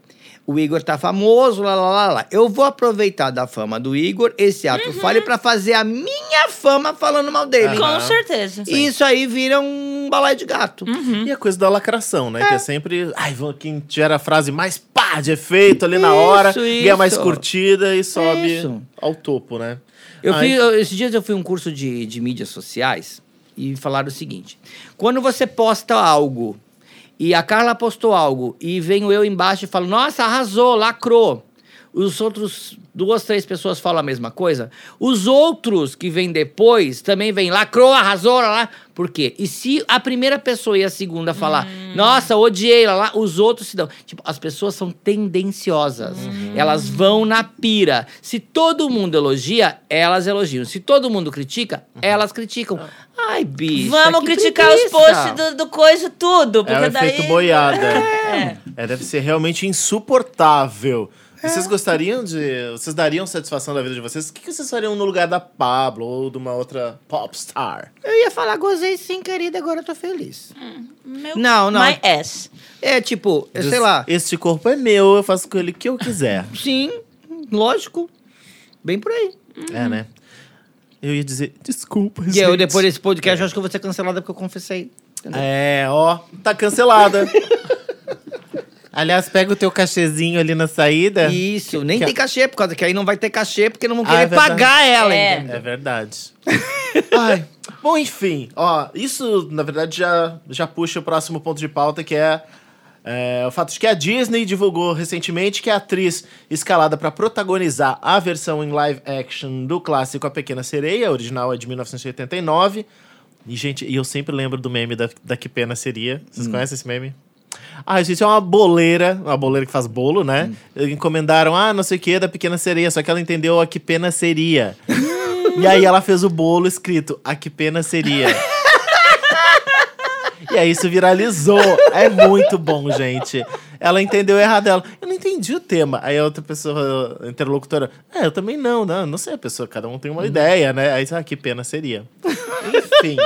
[SPEAKER 3] O Igor tá famoso, lá, lá, lá, lá. Eu vou aproveitar da fama do Igor, esse ato falho, pra fazer a minha fama falando mal dele.
[SPEAKER 4] Com certeza.
[SPEAKER 3] Né? E Isso aí vira um balai de gato.
[SPEAKER 4] Uhum.
[SPEAKER 2] E a coisa da lacração, né? Que é sempre. Ai, vamos- quem tiver a frase mais pá de efeito ali na hora,
[SPEAKER 3] Isso,
[SPEAKER 2] ganha mais
[SPEAKER 3] isso.
[SPEAKER 2] curtida e sobe
[SPEAKER 3] Isso.
[SPEAKER 2] ao topo, né?
[SPEAKER 3] Eu
[SPEAKER 2] Ai,
[SPEAKER 3] fiz, eu- esses dias eu fui um curso de, de mídias sociais e falaram o seguinte: quando você posta algo e a Carla postou algo e venho eu embaixo e falo, nossa, arrasou, lacrou. Os outros duas, três pessoas falam a mesma coisa. Os outros que vêm depois também vêm lacrou, arrasou, lá, lá. Por quê? E se a primeira pessoa e a segunda falar,
[SPEAKER 4] Hum.
[SPEAKER 3] nossa, odiei, lá, lá, os outros se dão. Tipo, as pessoas são tendenciosas.
[SPEAKER 4] Uhum.
[SPEAKER 3] Elas vão na pira. Se todo mundo elogia, elas elogiam. Se todo mundo critica, elas criticam. Ai, bicho.
[SPEAKER 4] Uhum. Vamos criticar os posts do, do coisa tudo, porque
[SPEAKER 2] É o
[SPEAKER 4] daí.
[SPEAKER 2] efeito boiada. É. deve ser realmente insuportável.
[SPEAKER 3] É.
[SPEAKER 2] Vocês gostariam de. Vocês dariam satisfação da vida de vocês? O que que vocês fariam no lugar da Pablo ou de uma outra popstar?
[SPEAKER 3] Eu ia falar, gozei sim, querida, agora eu tô feliz.
[SPEAKER 4] Meu-
[SPEAKER 3] Não, não.
[SPEAKER 4] My ass.
[SPEAKER 3] É tipo, eu
[SPEAKER 2] Diz,
[SPEAKER 3] sei lá.
[SPEAKER 2] Este corpo é meu, eu faço com ele o que eu quiser.
[SPEAKER 3] Sim, lógico. Bem por aí.
[SPEAKER 2] É, né? Eu ia dizer, desculpa,
[SPEAKER 3] E eu,
[SPEAKER 2] gente."
[SPEAKER 3] depois desse podcast, eu acho que eu vou ser cancelada porque eu confessei.
[SPEAKER 2] É, ó, tá cancelada. Aliás, pega o teu cachezinho ali na saída.
[SPEAKER 3] Isso, nem
[SPEAKER 2] que-
[SPEAKER 3] tem cachê, por causa É. que aí não vai ter cachê, porque não vão
[SPEAKER 2] Ah, é
[SPEAKER 3] querer
[SPEAKER 2] verdade.
[SPEAKER 3] pagar ela.
[SPEAKER 4] É.
[SPEAKER 3] entendeu?
[SPEAKER 2] É verdade. Ai. Bom, enfim, ó, isso na verdade já, já puxa o próximo ponto de pauta que é. é, É, o fato de que a Disney divulgou recentemente que a atriz escalada para protagonizar a versão em live action do clássico A Pequena Sereia, a original é de 1989. E, gente, e eu sempre lembro do meme da, da Que Pena Seria. Vocês conhecem esse meme? Ah, isso é uma boleira, uma boleira que faz bolo, né? Encomendaram, ah, não sei o que, da Pequena Sereia, só que ela entendeu a Que Pena Seria. e aí ela fez o bolo escrito A Que Pena Seria. E aí isso viralizou. É muito bom, gente. Ela entendeu errado ela. Eu não entendi o tema. Aí a outra pessoa, a interlocutora, é, eu também não, não, não sei a pessoa, cada um tem uma ideia, né? Aí, ah, que pena seria. Enfim,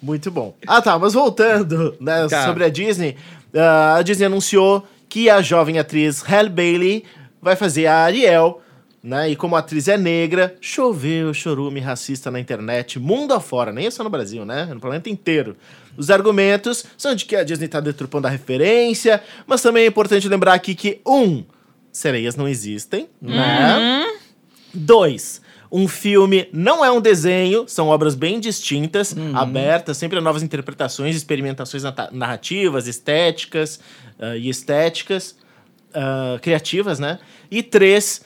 [SPEAKER 2] muito bom. Ah, tá, mas voltando né,
[SPEAKER 3] Tá.
[SPEAKER 2] sobre a Disney, ah, a Disney anunciou que a jovem atriz Halle Bailey vai fazer a Ariel, né? E como a atriz é negra, choveu chorume racista na internet, mundo afora, nem é só no Brasil, né? No planeta inteiro. Os argumentos são de que a Disney tá deturpando a referência, mas também é importante lembrar aqui que, um, sereias não existem, né? Dois, um filme não é um desenho, são obras bem distintas, abertas, sempre a novas interpretações, experimentações nata- narrativas, estéticas ah, e estéticas, ah, criativas, né? E três,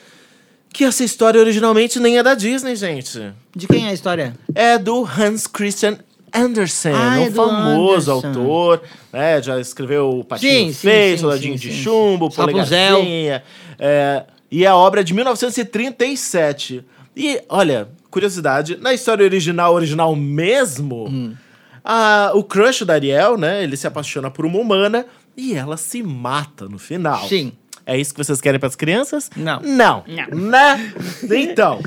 [SPEAKER 2] que essa história originalmente nem é da Disney, gente.
[SPEAKER 3] De quem é a história?
[SPEAKER 2] É do Hans Christian Andersen,
[SPEAKER 3] Ah,
[SPEAKER 2] um
[SPEAKER 3] é do
[SPEAKER 2] famoso
[SPEAKER 3] Andersen.
[SPEAKER 2] autor, né? Já escreveu o
[SPEAKER 3] Sim,
[SPEAKER 2] Patinho
[SPEAKER 3] sim,
[SPEAKER 2] Feio,
[SPEAKER 3] sim,
[SPEAKER 2] Soldadinho
[SPEAKER 3] sim,
[SPEAKER 2] de
[SPEAKER 3] sim.
[SPEAKER 2] Chumbo,
[SPEAKER 3] Rapunzel.
[SPEAKER 2] Polegarcinha. É, e a obra é de 1937. E, olha, curiosidade, na história original, original mesmo,
[SPEAKER 3] Hum.
[SPEAKER 2] a- o crush da Ariel, né? Ele se apaixona por uma humana e ela se mata no final.
[SPEAKER 3] Sim.
[SPEAKER 2] É isso que vocês querem para as crianças?
[SPEAKER 3] Não.
[SPEAKER 2] Não. Né? Então.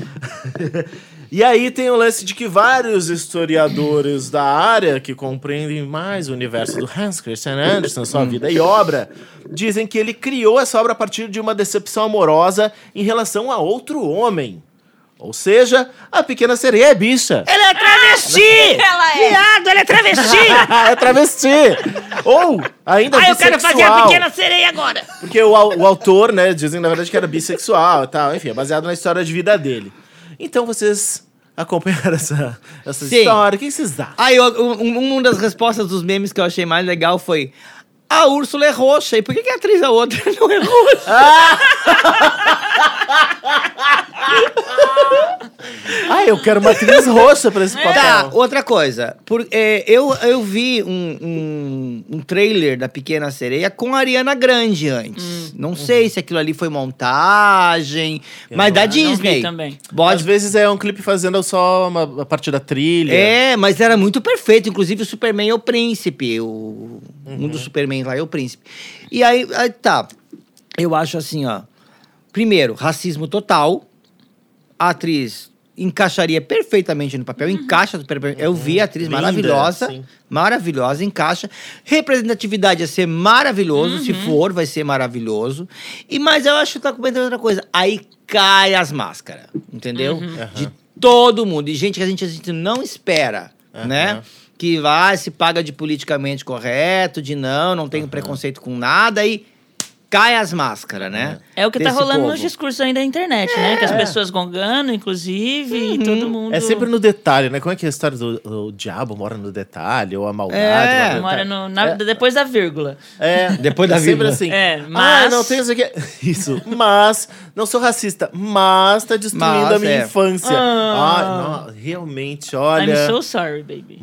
[SPEAKER 2] e aí tem o lance de que vários historiadores da área que compreendem mais o universo do Hans Christian Andersen, sua vida e obra, dizem que ele criou essa obra a partir de uma decepção amorosa em relação a outro homem. Ou seja, a pequena sereia é bicha.
[SPEAKER 5] Ela é travesti!
[SPEAKER 4] Ela é.
[SPEAKER 5] Viado, ela é travesti!
[SPEAKER 2] é travesti. Ou ainda
[SPEAKER 5] Ah, eu quero fazer a
[SPEAKER 2] bissexual.
[SPEAKER 5] pequena sereia agora!
[SPEAKER 2] Porque o, au- o autor, né, dizem na verdade que era bissexual e tal, enfim, é baseado na história de vida dele. Então vocês acompanharam essa, essa
[SPEAKER 3] Sim.
[SPEAKER 2] história, o que vocês acham?
[SPEAKER 3] Aí, eu- um- um- uma das respostas dos memes que eu achei mais legal foi: A Úrsula é roxa, e por que, que a atriz da outra não é roxa?
[SPEAKER 2] Ah, eu quero uma atriz roxa pra esse papel.
[SPEAKER 3] Tá, outra coisa. Por, é, eu, eu vi um, um, um trailer da Pequena Sereia com a Ariana Grande antes. não sei se aquilo ali foi montagem, mas da
[SPEAKER 4] vi
[SPEAKER 3] Disney.
[SPEAKER 4] também.
[SPEAKER 2] Às
[SPEAKER 3] Pode
[SPEAKER 2] vezes é um clipe fazendo só uma, a parte da trilha.
[SPEAKER 3] É, mas era muito perfeito. Inclusive, o Superman é o príncipe. O...
[SPEAKER 2] Uhum.
[SPEAKER 3] Um dos Superman lá é o príncipe. E aí, aí tá. Eu acho assim, ó. Primeiro, racismo total. A atriz encaixaria perfeitamente no papel. Encaixa perfeitamente. Eu vi a atriz
[SPEAKER 2] Linda,
[SPEAKER 3] maravilhosa.
[SPEAKER 2] sim.
[SPEAKER 3] Maravilhosa, encaixa. Representatividade ia ser maravilhoso. Se
[SPEAKER 4] Uhum.
[SPEAKER 3] for, vai ser maravilhoso. E Mas eu acho que tá comentando outra coisa. Aí cai as máscaras, entendeu?
[SPEAKER 4] Uhum.
[SPEAKER 3] De todo mundo. E gente que a gente, a gente não espera, né? Que vai, se paga de politicamente correto, de não, não tenho preconceito com nada. E cai as máscaras, né?
[SPEAKER 4] É o que tá
[SPEAKER 3] Desse
[SPEAKER 4] rolando
[SPEAKER 3] povo. É.
[SPEAKER 4] nos discursos ainda na internet, né? Que as pessoas gongando, inclusive, e
[SPEAKER 3] Uhum.
[SPEAKER 4] todo
[SPEAKER 3] um
[SPEAKER 4] mundo.
[SPEAKER 2] É sempre no detalhe, né? Como é que é a história do, do diabo mora no detalhe, ou a maldade.
[SPEAKER 3] É.
[SPEAKER 2] mora no
[SPEAKER 4] Mora
[SPEAKER 2] detalhe.
[SPEAKER 4] no, na- depois da vírgula.
[SPEAKER 2] É,
[SPEAKER 3] Depois da
[SPEAKER 2] é sempre
[SPEAKER 3] vírgula.
[SPEAKER 2] assim.
[SPEAKER 4] É,
[SPEAKER 2] Ah,
[SPEAKER 4] mas-
[SPEAKER 2] não tem isso aqui. Isso, mas não sou racista, mas tá destruindo
[SPEAKER 3] Mas,
[SPEAKER 2] a minha
[SPEAKER 3] é.
[SPEAKER 2] infância. Ah,
[SPEAKER 4] Ah.
[SPEAKER 2] não, realmente,
[SPEAKER 4] I'm
[SPEAKER 2] olha.
[SPEAKER 4] so sorry, baby.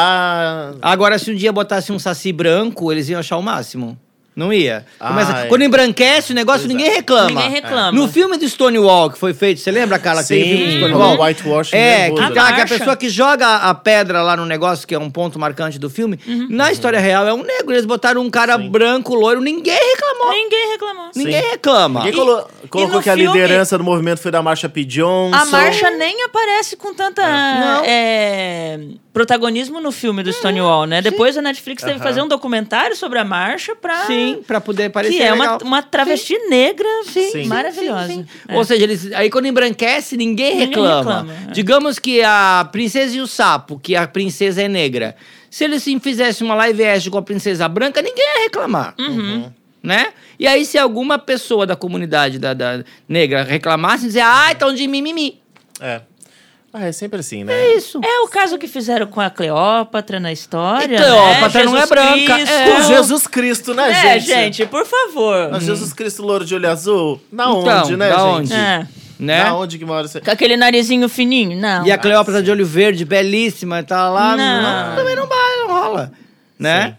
[SPEAKER 2] Mudar.
[SPEAKER 3] Agora, se um dia botasse um saci branco, eles iam achar o máximo. Não ia. Começa-
[SPEAKER 2] Ai.
[SPEAKER 3] quando embranquece o
[SPEAKER 2] Ah,
[SPEAKER 3] negócio,
[SPEAKER 2] é. Exato.
[SPEAKER 3] ninguém reclama.
[SPEAKER 4] Ninguém reclama.
[SPEAKER 3] No filme do Stonewall que foi feito, você lembra, Carla, que teve o filme do Stonewall?
[SPEAKER 2] o whitewashing
[SPEAKER 3] É, que,
[SPEAKER 2] nervoso,
[SPEAKER 4] tá-
[SPEAKER 2] né?
[SPEAKER 3] a, que a
[SPEAKER 4] marcha.
[SPEAKER 3] pessoa que joga a pedra lá no negócio, que é um ponto marcante do filme,
[SPEAKER 4] Uhum.
[SPEAKER 3] na história real é um negro. Eles botaram um cara branco, loiro, ninguém reclamou.
[SPEAKER 4] Ninguém reclamou.
[SPEAKER 3] Ninguém reclama.
[SPEAKER 2] Ninguém colo- colocou
[SPEAKER 4] no
[SPEAKER 2] que a
[SPEAKER 4] filme-
[SPEAKER 2] liderança do movimento foi da Marcha P. Johnson.
[SPEAKER 4] A marcha nem aparece com tanta
[SPEAKER 3] Não. Uhum.
[SPEAKER 4] é, protagonismo no filme do Stonewall, né? Depois a Netflix teve que fazer um documentário sobre a marcha pra.
[SPEAKER 3] Sim, pra poder parecer
[SPEAKER 4] Que é uma,
[SPEAKER 3] legal.
[SPEAKER 4] uma travesti negra
[SPEAKER 2] Sim.
[SPEAKER 4] maravilhosa.
[SPEAKER 3] Sim, sim.
[SPEAKER 4] É.
[SPEAKER 3] Ou seja, eles, aí quando embranquece, ninguém
[SPEAKER 4] Ninguém
[SPEAKER 3] reclama.
[SPEAKER 4] reclama, é.
[SPEAKER 3] Digamos que a Princesa e o Sapo, que a princesa é negra. Se eles sim fizessem uma live action com a princesa branca, ninguém ia reclamar.
[SPEAKER 4] Uhum.
[SPEAKER 3] Né? E aí, se alguma tá pessoa da comunidade da, da negra reclamasse, dizia, ah, estão de mimimi.
[SPEAKER 2] É. Ah, é sempre assim, né?
[SPEAKER 3] Isso.
[SPEAKER 4] É o caso que fizeram com a Cleópatra na história.
[SPEAKER 5] E Cleópatra
[SPEAKER 4] né?
[SPEAKER 5] não
[SPEAKER 4] Jesus
[SPEAKER 5] é branca,
[SPEAKER 4] Cristo.
[SPEAKER 5] é.
[SPEAKER 2] Com Jesus Cristo, né,
[SPEAKER 4] É,
[SPEAKER 2] gente?
[SPEAKER 4] gente, por favor.
[SPEAKER 2] Mas Jesus Cristo louro de olho azul? Na
[SPEAKER 5] Então,
[SPEAKER 2] onde, né,
[SPEAKER 5] da
[SPEAKER 2] gente?
[SPEAKER 5] onde?
[SPEAKER 4] É.
[SPEAKER 2] Na
[SPEAKER 5] Né?
[SPEAKER 2] onde assim. que mora você?
[SPEAKER 4] Com aquele narizinho fininho, não.
[SPEAKER 3] E a Cleópatra de olho verde, belíssima, tá lá.
[SPEAKER 4] Não.
[SPEAKER 3] não, também não vai, não rola. Né?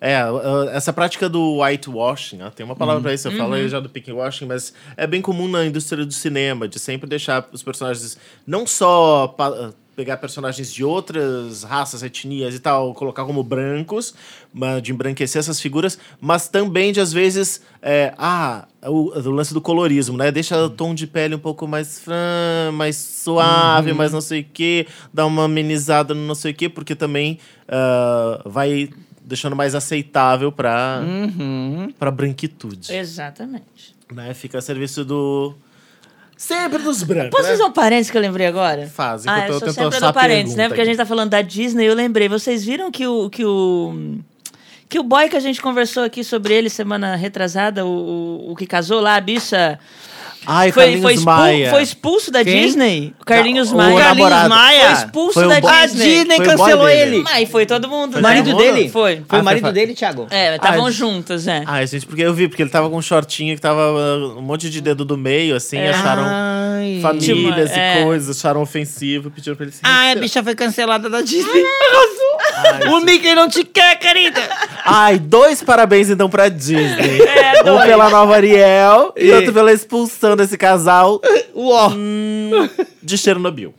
[SPEAKER 2] É, uh, essa prática do whitewashing, ó, tem uma palavra pra isso, eu falei já do pinkwashing, mas é bem comum na indústria do cinema, de sempre deixar os personagens, não só pa- uh, pegar personagens de outras raças, etnias e tal, colocar como brancos, ma- de embranquecer essas figuras, mas também de, às vezes, é, ah, o, o lance do colorismo, né? Deixa o tom de pele um pouco mais fran, mais suave, mais não sei o quê, dá uma amenizada no não sei o quê, porque também ah, vai deixando mais aceitável pra,
[SPEAKER 3] Uhum.
[SPEAKER 2] pra branquitude.
[SPEAKER 4] É. Exatamente.
[SPEAKER 2] Né? Fica a serviço do. Sempre dos brancos.
[SPEAKER 4] Posso
[SPEAKER 2] né?
[SPEAKER 4] fazer um parênteses que eu lembrei agora?
[SPEAKER 2] Faz, enquanto
[SPEAKER 4] ah, eu
[SPEAKER 2] eu
[SPEAKER 4] sou
[SPEAKER 2] tento
[SPEAKER 4] sempre
[SPEAKER 2] achar
[SPEAKER 4] do
[SPEAKER 2] a
[SPEAKER 4] parênteses, né?
[SPEAKER 2] pergunta
[SPEAKER 4] Porque a
[SPEAKER 2] aqui.
[SPEAKER 4] gente tá falando da Disney, eu lembrei. Vocês viram que o... Que o que o boy que a gente conversou aqui sobre ele semana retrasada, o, o, o que casou lá, a bicha,
[SPEAKER 2] Ai,
[SPEAKER 4] tá- foi,
[SPEAKER 2] Carlinhos
[SPEAKER 4] foi, expul-
[SPEAKER 2] Maia.
[SPEAKER 4] foi expulso da
[SPEAKER 3] Quem?
[SPEAKER 4] Disney? O Carlinhos
[SPEAKER 2] o
[SPEAKER 4] Maia. Carlinhos
[SPEAKER 2] namorado.
[SPEAKER 4] Maia.
[SPEAKER 3] Foi
[SPEAKER 4] Foi expulso
[SPEAKER 2] Foi um
[SPEAKER 4] da
[SPEAKER 2] bom-
[SPEAKER 3] A
[SPEAKER 4] Disney.
[SPEAKER 3] Disney
[SPEAKER 2] Foi o boy
[SPEAKER 3] cancelou
[SPEAKER 2] dele.
[SPEAKER 3] ele.
[SPEAKER 4] Mas foi todo mundo.
[SPEAKER 3] O
[SPEAKER 4] né?
[SPEAKER 3] marido
[SPEAKER 2] todo mundo?
[SPEAKER 3] dele?
[SPEAKER 4] Foi.
[SPEAKER 3] Foi
[SPEAKER 2] Ah,
[SPEAKER 3] o marido
[SPEAKER 2] foi-
[SPEAKER 3] dele, Thiago?
[SPEAKER 4] É, estavam
[SPEAKER 2] Ah,
[SPEAKER 4] juntos, é.
[SPEAKER 2] Ai, gente, porque eu vi, porque ele tava com um shortinho que tava uh, um monte de dedo do meio, assim, acharam
[SPEAKER 3] Ai.
[SPEAKER 2] famílias
[SPEAKER 4] Tipo, Ah,
[SPEAKER 2] e
[SPEAKER 4] é. Ah.
[SPEAKER 2] coisas, acharam ofensivo, pediram pra ele se
[SPEAKER 3] Ai, Ah, a
[SPEAKER 2] retirar.
[SPEAKER 3] bicha foi cancelada da Disney. Arrasou. o Mickey não te quer, querida.
[SPEAKER 2] Ai, dois parabéns então pra Disney.
[SPEAKER 4] É,
[SPEAKER 2] um
[SPEAKER 4] dois.
[SPEAKER 2] pela nova Ariel e
[SPEAKER 3] E-
[SPEAKER 2] outro pela expulsão desse casal
[SPEAKER 3] Uó.
[SPEAKER 2] de Chernobyl.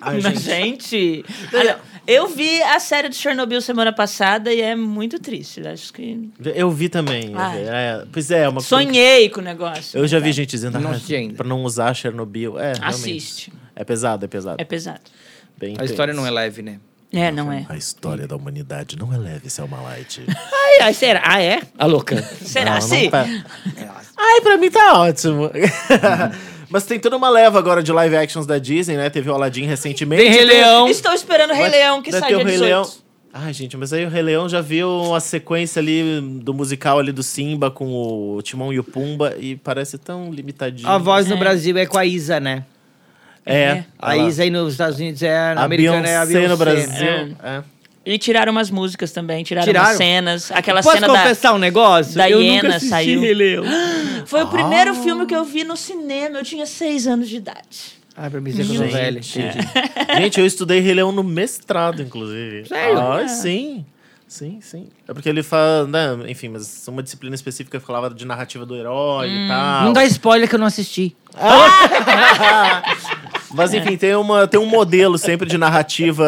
[SPEAKER 2] Ai,
[SPEAKER 4] Mas, gente. olha, eu vi a série de Chernobyl semana passada e é muito triste. né? Acho que.
[SPEAKER 2] Eu vi também. eu
[SPEAKER 4] Ai.
[SPEAKER 2] vi. É, pois é, é uma coisa.
[SPEAKER 4] Ah, Sonhei com o negócio.
[SPEAKER 2] Eu já vi gente dizendo
[SPEAKER 3] Não
[SPEAKER 2] ah,
[SPEAKER 3] assisti ainda."
[SPEAKER 2] pra não usar Chernobyl. É, realmente.
[SPEAKER 4] Assiste.
[SPEAKER 2] É pesado, é pesado.
[SPEAKER 4] É pesado.
[SPEAKER 2] Bem
[SPEAKER 3] A
[SPEAKER 2] intenso.
[SPEAKER 3] história não é leve, né?
[SPEAKER 4] É, não é.
[SPEAKER 2] A história da humanidade não é leve, Selma Light.
[SPEAKER 3] Ai, ai, será? Ah, é? A louca.
[SPEAKER 4] Será
[SPEAKER 2] Não, não
[SPEAKER 4] assim?
[SPEAKER 2] pa- Ai, pra mim tá ótimo. Mas tem toda uma leva agora de live actions da Disney, né? Teve o Aladdin recentemente. é
[SPEAKER 5] Tem Rei Leão.
[SPEAKER 4] Estou esperando o Rei
[SPEAKER 2] Vai-
[SPEAKER 4] Leão que
[SPEAKER 2] vai
[SPEAKER 4] sai
[SPEAKER 2] ter
[SPEAKER 4] dia 18.
[SPEAKER 2] Ai, gente, mas aí o Rei Leão já viu a sequência ali do musical ali do Simba com o Timão e o Pumba e parece tão limitadinho.
[SPEAKER 3] A voz no Brasil é com a Isa, né?
[SPEAKER 2] É.
[SPEAKER 4] É.
[SPEAKER 3] A
[SPEAKER 2] Ela-
[SPEAKER 3] Isa aí nos Estados Unidos é
[SPEAKER 2] a
[SPEAKER 3] americana, é a
[SPEAKER 2] Beyoncé
[SPEAKER 3] Beyoncé. né?
[SPEAKER 2] no Brasil. É.
[SPEAKER 4] E tiraram umas músicas também, tiraram,
[SPEAKER 3] Tiraram?
[SPEAKER 4] umas cenas. Aquela
[SPEAKER 3] Posso
[SPEAKER 4] cena
[SPEAKER 3] confessar um negócio?
[SPEAKER 4] da
[SPEAKER 3] eu
[SPEAKER 4] hiena
[SPEAKER 3] nunca assisti
[SPEAKER 4] saiu.
[SPEAKER 3] Rei Leão.
[SPEAKER 4] da. Foi o primeiro filme que eu vi no cinema. Eu tinha seis anos de idade.
[SPEAKER 3] Ai, pra mim é dizer que eu sou
[SPEAKER 2] Gente.
[SPEAKER 3] velho.
[SPEAKER 2] Gente, eu estudei Rei Leão no mestrado, inclusive.
[SPEAKER 3] Sério?
[SPEAKER 2] Ah, sim. Sim, sim. É porque ele fala, né, enfim, mas uma disciplina específica falava de narrativa do herói e tal.
[SPEAKER 3] Não dá spoiler que eu não assisti.
[SPEAKER 2] Mas enfim, tem, uma, tem um modelo sempre de narrativa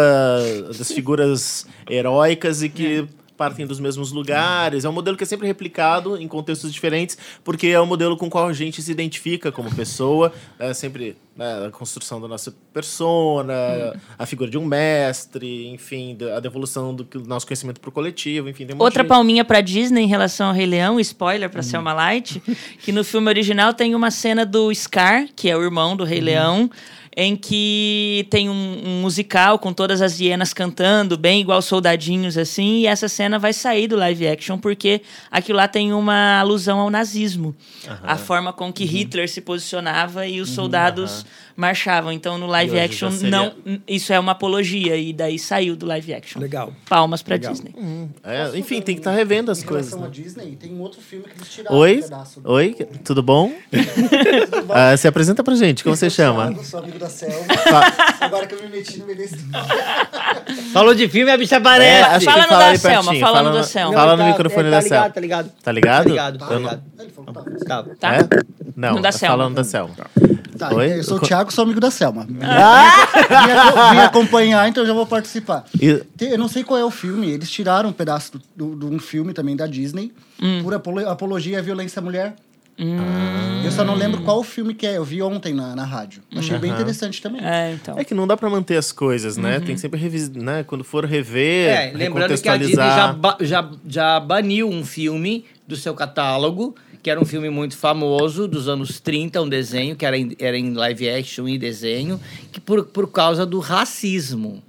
[SPEAKER 2] das figuras heróicas e que partem dos mesmos lugares. É um modelo que é sempre replicado em contextos diferentes, porque é um modelo com o qual a gente se identifica como pessoa. É sempre né, a construção da nossa persona, a figura de um mestre, enfim, da- a devolução do, que- do nosso conhecimento pro coletivo, enfim. Tem um monte
[SPEAKER 4] Outra
[SPEAKER 2] de-
[SPEAKER 4] palminha pra Disney em relação ao Rei Leão, spoiler pra Selma Light, que no filme original tem uma cena do Scar, que é o irmão do Rei
[SPEAKER 2] Uhum.
[SPEAKER 4] Leão, em que tem um, um musical com todas as hienas cantando, bem igual soldadinhos assim, e essa cena vai sair do live action porque aquilo lá tem uma alusão ao nazismo, a forma com
[SPEAKER 2] Uhum.
[SPEAKER 4] que Hitler se posicionava e os soldados marchavam. Então no live
[SPEAKER 2] hoje já
[SPEAKER 4] action
[SPEAKER 2] seria-
[SPEAKER 4] não, isso é uma apologia e daí saiu do live action.
[SPEAKER 3] Legal.
[SPEAKER 4] Palmas pra Disney.
[SPEAKER 2] É, enfim, tem que estar revendo as
[SPEAKER 6] Em
[SPEAKER 2] coisas.
[SPEAKER 6] relação
[SPEAKER 2] né?
[SPEAKER 6] à Disney, tem um outro filme que eles tiraram um
[SPEAKER 2] Oi?
[SPEAKER 6] pedaço. do-
[SPEAKER 2] Oi? Tudo bom? Ah, se apresenta pra gente, como você chama?
[SPEAKER 6] Thiago, sou amigo da Selva. Agora que eu me meti no meio desse
[SPEAKER 3] Falou de filme, a bicha
[SPEAKER 2] É,
[SPEAKER 3] aparece.
[SPEAKER 2] acho
[SPEAKER 4] Fala
[SPEAKER 2] que
[SPEAKER 4] no
[SPEAKER 2] fala
[SPEAKER 4] da
[SPEAKER 2] ali
[SPEAKER 4] Selma,
[SPEAKER 2] pertinho,
[SPEAKER 4] fala no
[SPEAKER 2] fala
[SPEAKER 4] da
[SPEAKER 2] na-
[SPEAKER 4] Selma.
[SPEAKER 2] fala no
[SPEAKER 3] Tá-
[SPEAKER 2] microfone da
[SPEAKER 3] tá ligado,
[SPEAKER 2] Selva.
[SPEAKER 3] Tá ligado,
[SPEAKER 2] Tá ligado?
[SPEAKER 3] Tá ligado, tá
[SPEAKER 2] Eu não-
[SPEAKER 3] ligado.
[SPEAKER 6] Ele falou que tava.
[SPEAKER 3] Tá.
[SPEAKER 4] Tá?
[SPEAKER 2] É? Não,
[SPEAKER 4] No da
[SPEAKER 2] tá
[SPEAKER 4] Selma.
[SPEAKER 2] falando da Selma.
[SPEAKER 6] Tá,
[SPEAKER 2] Oi?
[SPEAKER 6] eu sou o
[SPEAKER 2] Co- Ah!
[SPEAKER 6] Thiago, sou amigo da Selma. Vim, aco- vim acompanhar, então eu já vou participar.
[SPEAKER 2] E-
[SPEAKER 6] Tem- Eu não sei qual é o filme, eles tiraram um pedaço do- do- de um filme também da Disney
[SPEAKER 2] Hum.
[SPEAKER 6] por apolo- apologia à violência à mulher. Eu só não lembro qual o filme que é, eu vi ontem na, na rádio. Achei bem interessante também.
[SPEAKER 4] É, então.
[SPEAKER 2] É que não dá pra manter as coisas, né?
[SPEAKER 4] Uhum.
[SPEAKER 2] Tem que sempre revisar, né? Quando for rever,
[SPEAKER 3] É, lembrando que a Disney já,
[SPEAKER 2] recontextualizar.
[SPEAKER 3] ba- já, já baniu um filme do seu catálogo, que era um filme muito famoso, dos anos 30, um desenho, que era em, era em live action e desenho, que por, por causa do racismo.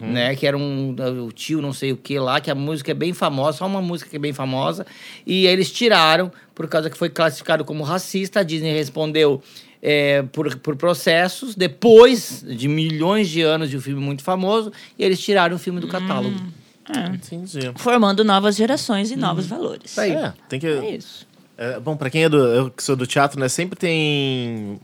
[SPEAKER 3] Né, que era um o tio não sei o que lá, que a música é bem famosa, só uma música que é bem famosa. E eles tiraram, por causa que foi classificado como racista, a Disney respondeu:
[SPEAKER 5] é, por, por processos, depois de milhões de anos de um filme muito famoso, e eles tiraram o filme do catálogo.
[SPEAKER 2] Entendi.
[SPEAKER 4] Formando novas gerações e novos valores.
[SPEAKER 5] Tá aí.
[SPEAKER 2] É, tem que.
[SPEAKER 4] É isso.
[SPEAKER 2] É, bom, pra quem é do, eu que sou do teatro, né, sempre tem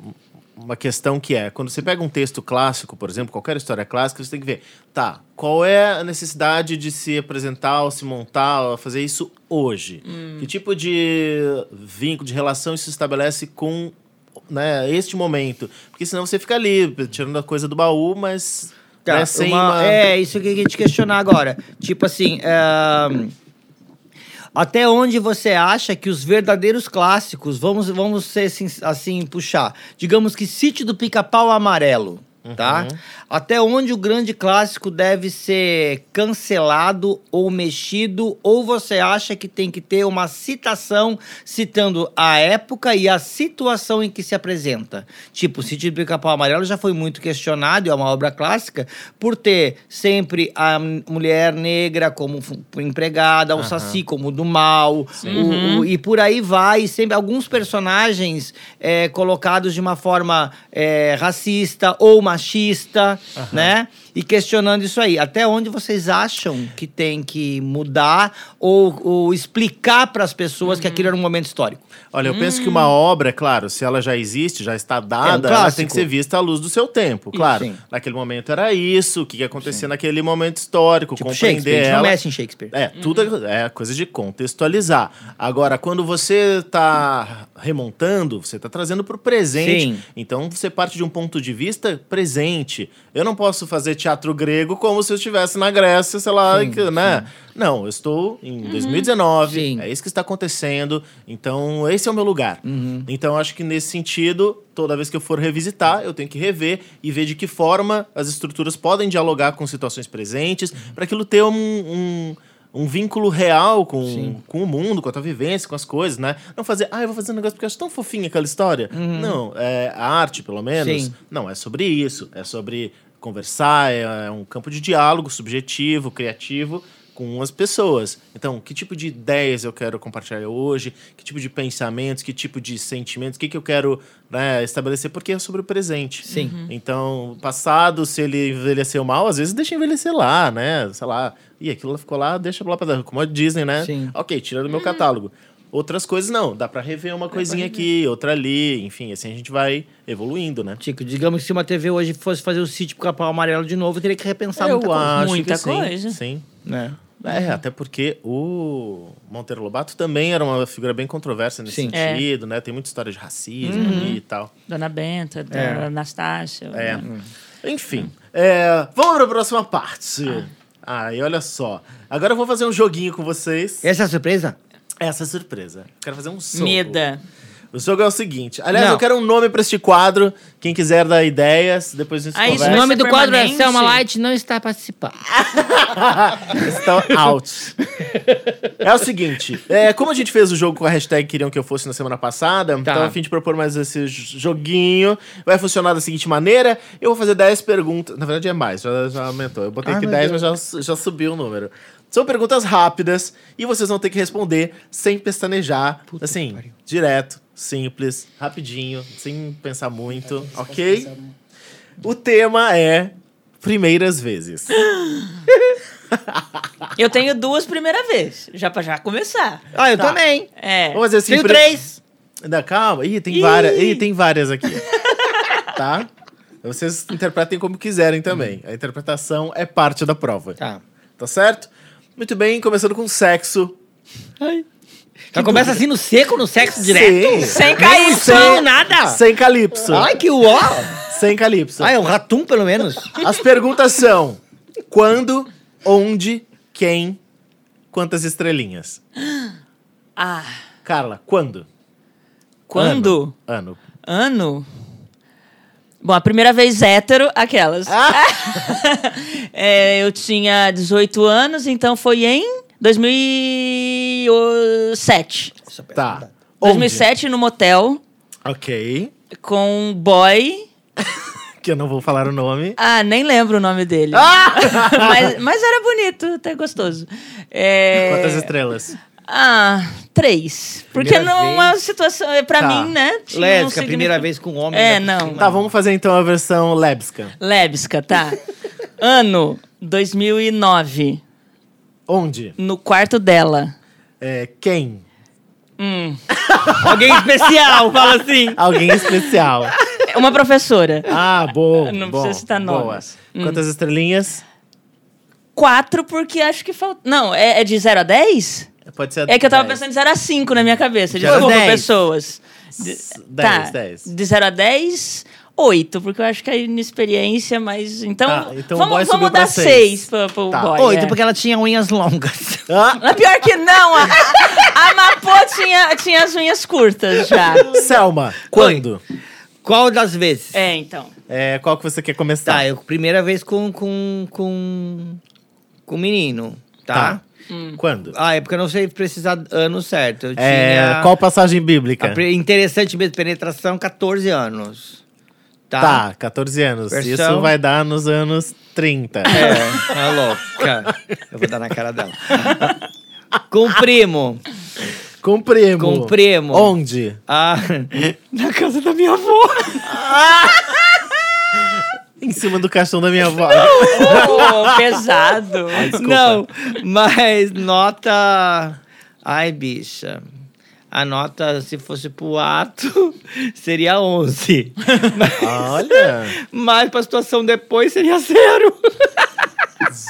[SPEAKER 2] uma questão que é, quando você pega um texto clássico, por exemplo, qualquer história clássica, você tem que ver, tá, qual é a necessidade de se apresentar, ou se montar, ou fazer isso hoje?
[SPEAKER 3] Hum.
[SPEAKER 2] Que tipo de vínculo, de relação isso se estabelece com né, este momento? Porque senão você fica ali, tirando a coisa do baú, mas
[SPEAKER 3] Tá,
[SPEAKER 2] né, sem
[SPEAKER 3] uma-
[SPEAKER 2] uma...
[SPEAKER 3] É, isso que eu ia te questionar agora. Tipo assim, ahn, até onde você acha que os verdadeiros clássicos, vamos, vamos ser assim, assim, puxar, digamos que Sítio do Pica-Pau Amarelo, tá?
[SPEAKER 2] Uhum.
[SPEAKER 3] Até onde o grande clássico deve ser cancelado ou mexido, ou você acha que tem que ter uma citação citando a época e a situação em que se apresenta? Tipo, Sítio do Pica-Pau Amarelo já foi muito questionado, e é uma obra clássica, por ter sempre a m- mulher negra como fu- empregada, o saci como do mal, o- o- e por aí vai. E sempre alguns personagens é, colocados de uma forma é, racista ou machista, né? E questionando isso aí. Até onde vocês acham que tem que mudar ou, ou explicar para as pessoas
[SPEAKER 2] Uhum.
[SPEAKER 3] que aquilo era um momento histórico?
[SPEAKER 2] Olha, eu penso que uma obra, claro, se ela já existe, já está dada, ela tem
[SPEAKER 3] Hum. É um clássico.
[SPEAKER 2] que ser vista à luz do seu tempo, claro.
[SPEAKER 3] sim.
[SPEAKER 2] Naquele momento era isso, o que ia acontecer naquele momento histórico,
[SPEAKER 3] Tipo Shakespeare, a
[SPEAKER 2] compreender
[SPEAKER 3] gente não
[SPEAKER 2] ela.
[SPEAKER 3] mexe em Shakespeare.
[SPEAKER 2] É, tudo é coisa de contextualizar. Agora, quando você tá remontando, você tá trazendo pro presente.
[SPEAKER 3] Sim.
[SPEAKER 2] Então, você parte de um ponto de vista presente. Eu não posso fazer teatro grego como se eu estivesse na Grécia, sei lá,
[SPEAKER 3] Sim, Uhum,
[SPEAKER 2] que- né? Não, eu estou em 2019,
[SPEAKER 3] Sim.
[SPEAKER 2] é isso que está acontecendo, então esse é o meu lugar.
[SPEAKER 3] Uhum.
[SPEAKER 2] Então, acho que nesse sentido, toda vez que eu for revisitar, eu tenho que rever e ver de que forma as estruturas podem dialogar com situações presentes, para aquilo ter um, um, um vínculo real com, com o mundo, com a tua vivência, com as coisas, né? Não fazer, ah, eu vou fazer um negócio porque eu acho tão fofinha aquela história. Não, é, a arte, pelo menos,
[SPEAKER 3] Sim.
[SPEAKER 2] não, é sobre isso. É sobre conversar, é, é um campo de diálogo subjetivo, criativo com as pessoas. Então, que tipo de ideias eu quero compartilhar hoje? Que tipo de pensamentos? Que tipo de sentimentos? O que, que eu quero né, estabelecer? Porque é sobre o presente.
[SPEAKER 3] Sim.
[SPEAKER 2] Então, o passado, se ele envelheceu mal, às vezes deixa envelhecer lá, né? Sei lá. E aquilo ficou lá, deixa lá pra dar. Como a Disney, né?
[SPEAKER 3] Sim.
[SPEAKER 2] Ok, tira do meu catálogo. Outras coisas não, dá pra rever uma coisinha aqui, outra ali, enfim, assim a gente vai evoluindo, né?
[SPEAKER 3] Tico, Tipo, digamos que se uma TV hoje fosse fazer o sítio pro capão amarelo de novo, eu teria que repensar
[SPEAKER 2] Eu
[SPEAKER 3] muita coisa,
[SPEAKER 2] acho
[SPEAKER 4] Muita
[SPEAKER 2] que sim,
[SPEAKER 4] coisa.
[SPEAKER 2] Sim.
[SPEAKER 3] né?
[SPEAKER 2] É, até porque o Monteiro Lobato também era uma figura bem controversa nesse
[SPEAKER 3] Sim.
[SPEAKER 4] É. Uhum.
[SPEAKER 2] sentido, né? Tem muita história de racismo ali e tal.
[SPEAKER 4] Dona Benta, Dona Anastácia.
[SPEAKER 2] É. Enfim, é, vamos para a próxima parte.
[SPEAKER 4] Ah.
[SPEAKER 2] Ai, olha só. Agora eu vou fazer um joguinho com vocês.
[SPEAKER 3] Essa é a surpresa?
[SPEAKER 2] Essa é a surpresa. Quero fazer um jogo.
[SPEAKER 4] Meda.
[SPEAKER 2] O jogo é o seguinte. Aliás,
[SPEAKER 3] Não.
[SPEAKER 2] eu quero um nome para este quadro. Quem quiser dar ideias, depois a gente
[SPEAKER 4] Ah, isso
[SPEAKER 5] O
[SPEAKER 4] Vai
[SPEAKER 2] conversa.
[SPEAKER 5] nome
[SPEAKER 4] ser
[SPEAKER 5] do quadro é
[SPEAKER 4] permanente?
[SPEAKER 5] Selma Light não está participando.
[SPEAKER 2] Estão out. É o seguinte, é, como a gente fez o jogo com a hashtag queriam que eu fosse na semana
[SPEAKER 3] Tá.
[SPEAKER 2] passada, então a fim de propor mais esse j- joguinho, vai funcionar da seguinte maneira, eu vou fazer 10 perguntas, na verdade é mais, já, já aumentou, eu botei
[SPEAKER 3] Ai,
[SPEAKER 2] aqui
[SPEAKER 3] Ah, meu
[SPEAKER 2] 10, mas já, su- já subiu o número. São perguntas rápidas e vocês vão ter que responder sem pestanejar, assim, direto, simples, rapidinho, sem pensar muito, ok? O tema é primeiras vezes.
[SPEAKER 3] É.
[SPEAKER 4] Eu tenho duas primeira vez, já pra já começar.
[SPEAKER 3] Ah, eu
[SPEAKER 2] Tá.
[SPEAKER 3] também.
[SPEAKER 4] É.
[SPEAKER 2] Vamos fazer assim,
[SPEAKER 3] Tenho
[SPEAKER 2] pri-
[SPEAKER 3] três.
[SPEAKER 2] Não, calma. Ih, tem várias. Ih, tem várias aqui. tá? Vocês interpretem como quiserem também. A interpretação é parte da prova. Tá.
[SPEAKER 3] Tá.
[SPEAKER 2] certo? Muito bem, começando com sexo.
[SPEAKER 3] Já começa assim no seco, no sexo direto?
[SPEAKER 5] é
[SPEAKER 4] Sem cair,
[SPEAKER 3] Não, nada.
[SPEAKER 2] Sem calypso.
[SPEAKER 3] Ai, que uó.
[SPEAKER 2] Sem calypso.
[SPEAKER 3] Ai, é um ratum, pelo menos.
[SPEAKER 2] As perguntas são: quando, onde, quem, quantas estrelinhas?
[SPEAKER 4] Ah,
[SPEAKER 2] Carla, quando?
[SPEAKER 4] quando?
[SPEAKER 2] Ano.
[SPEAKER 4] Ano? Bom, a primeira vez hétero, aquelas.
[SPEAKER 5] Ah!
[SPEAKER 4] É, eu tinha 18 anos, então foi em 2007.
[SPEAKER 2] Tá. Onde?
[SPEAKER 4] 2007, no motel,
[SPEAKER 2] Ok.
[SPEAKER 4] com um boy.
[SPEAKER 2] Que eu não vou falar o nome.
[SPEAKER 4] Ah, nem lembro o nome dele. mas, mas era bonito, até gostoso. É,
[SPEAKER 2] Quantas estrelas?
[SPEAKER 4] Ah, três. Porque
[SPEAKER 3] Primeira
[SPEAKER 4] não é uma
[SPEAKER 3] vez.
[SPEAKER 4] situação. é, Pra
[SPEAKER 2] Tá.
[SPEAKER 4] mim, né? tinha um
[SPEAKER 3] Lésbica, primeira
[SPEAKER 4] significado.
[SPEAKER 3] vez com um homem. né?
[SPEAKER 4] É,
[SPEAKER 3] ainda por
[SPEAKER 4] não.
[SPEAKER 2] Tá,
[SPEAKER 3] cima.
[SPEAKER 2] vamos fazer então a versão Lebska.
[SPEAKER 4] Lébisca, tá. ano 2009.
[SPEAKER 2] Onde?
[SPEAKER 4] No quarto dela.
[SPEAKER 2] É, quem?
[SPEAKER 3] Alguém especial, fala assim.
[SPEAKER 2] Alguém especial.
[SPEAKER 4] Uma professora.
[SPEAKER 2] Ah, bom.
[SPEAKER 4] Não
[SPEAKER 2] bom,
[SPEAKER 4] precisa citar
[SPEAKER 2] boa.
[SPEAKER 4] nomes. Hum.
[SPEAKER 2] Quantas estrelinhas?
[SPEAKER 4] Quatro, porque acho que falta. Não, é, é de 0 a 10?
[SPEAKER 2] Pode ser
[SPEAKER 4] É que eu tava
[SPEAKER 2] dez.
[SPEAKER 4] pensando de 0 a 5 na minha cabeça.
[SPEAKER 2] Zero a
[SPEAKER 4] Desculpa,
[SPEAKER 3] dez.
[SPEAKER 4] pessoas. De,
[SPEAKER 2] Dez, dez.
[SPEAKER 4] Tá. De 0 a 10, 8, porque eu acho que é inexperiência, mas. Então.
[SPEAKER 2] Tá, então o
[SPEAKER 4] vamos
[SPEAKER 2] boy
[SPEAKER 4] vamos
[SPEAKER 2] subiu pra
[SPEAKER 4] dar
[SPEAKER 2] seis.
[SPEAKER 4] 6 pro, pro
[SPEAKER 2] Tá.
[SPEAKER 4] boy.
[SPEAKER 3] Oito,
[SPEAKER 4] é.
[SPEAKER 3] então porque ela tinha unhas longas.
[SPEAKER 2] Ah,
[SPEAKER 4] Mas Pior que não, a, a Mapô tinha, tinha as unhas curtas já.
[SPEAKER 2] Selma, quando?
[SPEAKER 3] Qual das vezes?
[SPEAKER 4] É, então.
[SPEAKER 2] É, qual que você quer começar?
[SPEAKER 3] Tá, eu primeira vez com com com com menino, tá?
[SPEAKER 4] hum.
[SPEAKER 2] Quando?
[SPEAKER 3] Ah, é porque eu não sei precisar ano certo. Eu
[SPEAKER 2] É,
[SPEAKER 3] tinha
[SPEAKER 2] qual passagem bíblica?
[SPEAKER 3] a pre- interessante mesmo, penetração 14 anos. Tá.
[SPEAKER 2] Tá, 14 anos.
[SPEAKER 3] Versão-
[SPEAKER 2] Isso vai dar nos anos 30.
[SPEAKER 3] É, tá louca. Eu vou dar na cara dela. com primo.
[SPEAKER 2] Com primo.
[SPEAKER 3] Com primo.
[SPEAKER 2] Onde?
[SPEAKER 3] Ah, na casa da minha avó.
[SPEAKER 2] Em cima do caixão da minha avó.
[SPEAKER 4] Ô, pesado.
[SPEAKER 2] Desculpa.
[SPEAKER 3] Não, mas nota. Ai, bicha. A nota, se fosse pro ato, seria 11.
[SPEAKER 2] Olha,
[SPEAKER 3] mas pra situação depois seria zero.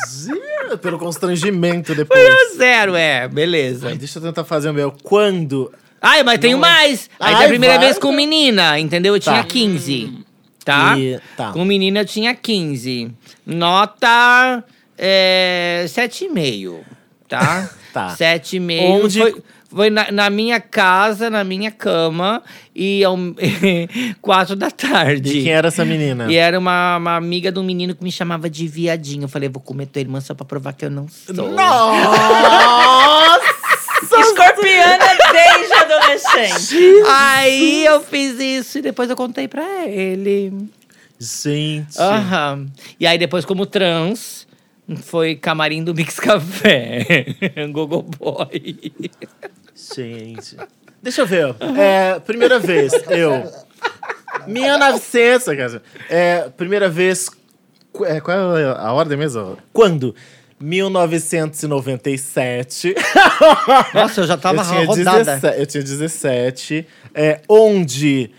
[SPEAKER 2] zero, pelo constrangimento depois.
[SPEAKER 3] zero, é, beleza.
[SPEAKER 2] Ai, deixa eu tentar fazer o meu. Quando?
[SPEAKER 3] Ai, mas tenho mais. Aí
[SPEAKER 2] é. Ai,
[SPEAKER 3] da primeira
[SPEAKER 2] vai.
[SPEAKER 3] vez com menina, entendeu? Eu
[SPEAKER 2] Tá.
[SPEAKER 3] tinha 15. Tá?
[SPEAKER 2] E- tá.
[SPEAKER 3] Com menina eu tinha 15. Nota é, 7,5. Tá?
[SPEAKER 2] Tá.
[SPEAKER 3] 7,5.
[SPEAKER 2] Onde-
[SPEAKER 3] Foi, foi na, na minha casa, na minha cama, e ao 4 da tarde.
[SPEAKER 2] E quem era essa menina?
[SPEAKER 3] E é- era uma, uma amiga de um menino que me chamava de viadinho. Eu falei, vou comer tua irmã só pra provar que eu não sou.
[SPEAKER 2] Nossa!
[SPEAKER 4] Escorpiana desde adolescente.
[SPEAKER 3] Aí eu fiz isso e depois eu contei pra ele.
[SPEAKER 2] Gente.
[SPEAKER 3] Aham. E aí depois, como trans, foi camarim do Mix Café. Gogo Boy.
[SPEAKER 2] Gente. Deixa eu ver. É, primeira vez, eu. 1900, cara. É, primeira vez. qu- é, qual é a ordem mesmo? Quando? 1997.
[SPEAKER 3] Nossa, eu já tava
[SPEAKER 2] eu tinha
[SPEAKER 3] rodada.
[SPEAKER 2] 17, eu tinha 17. É, onde.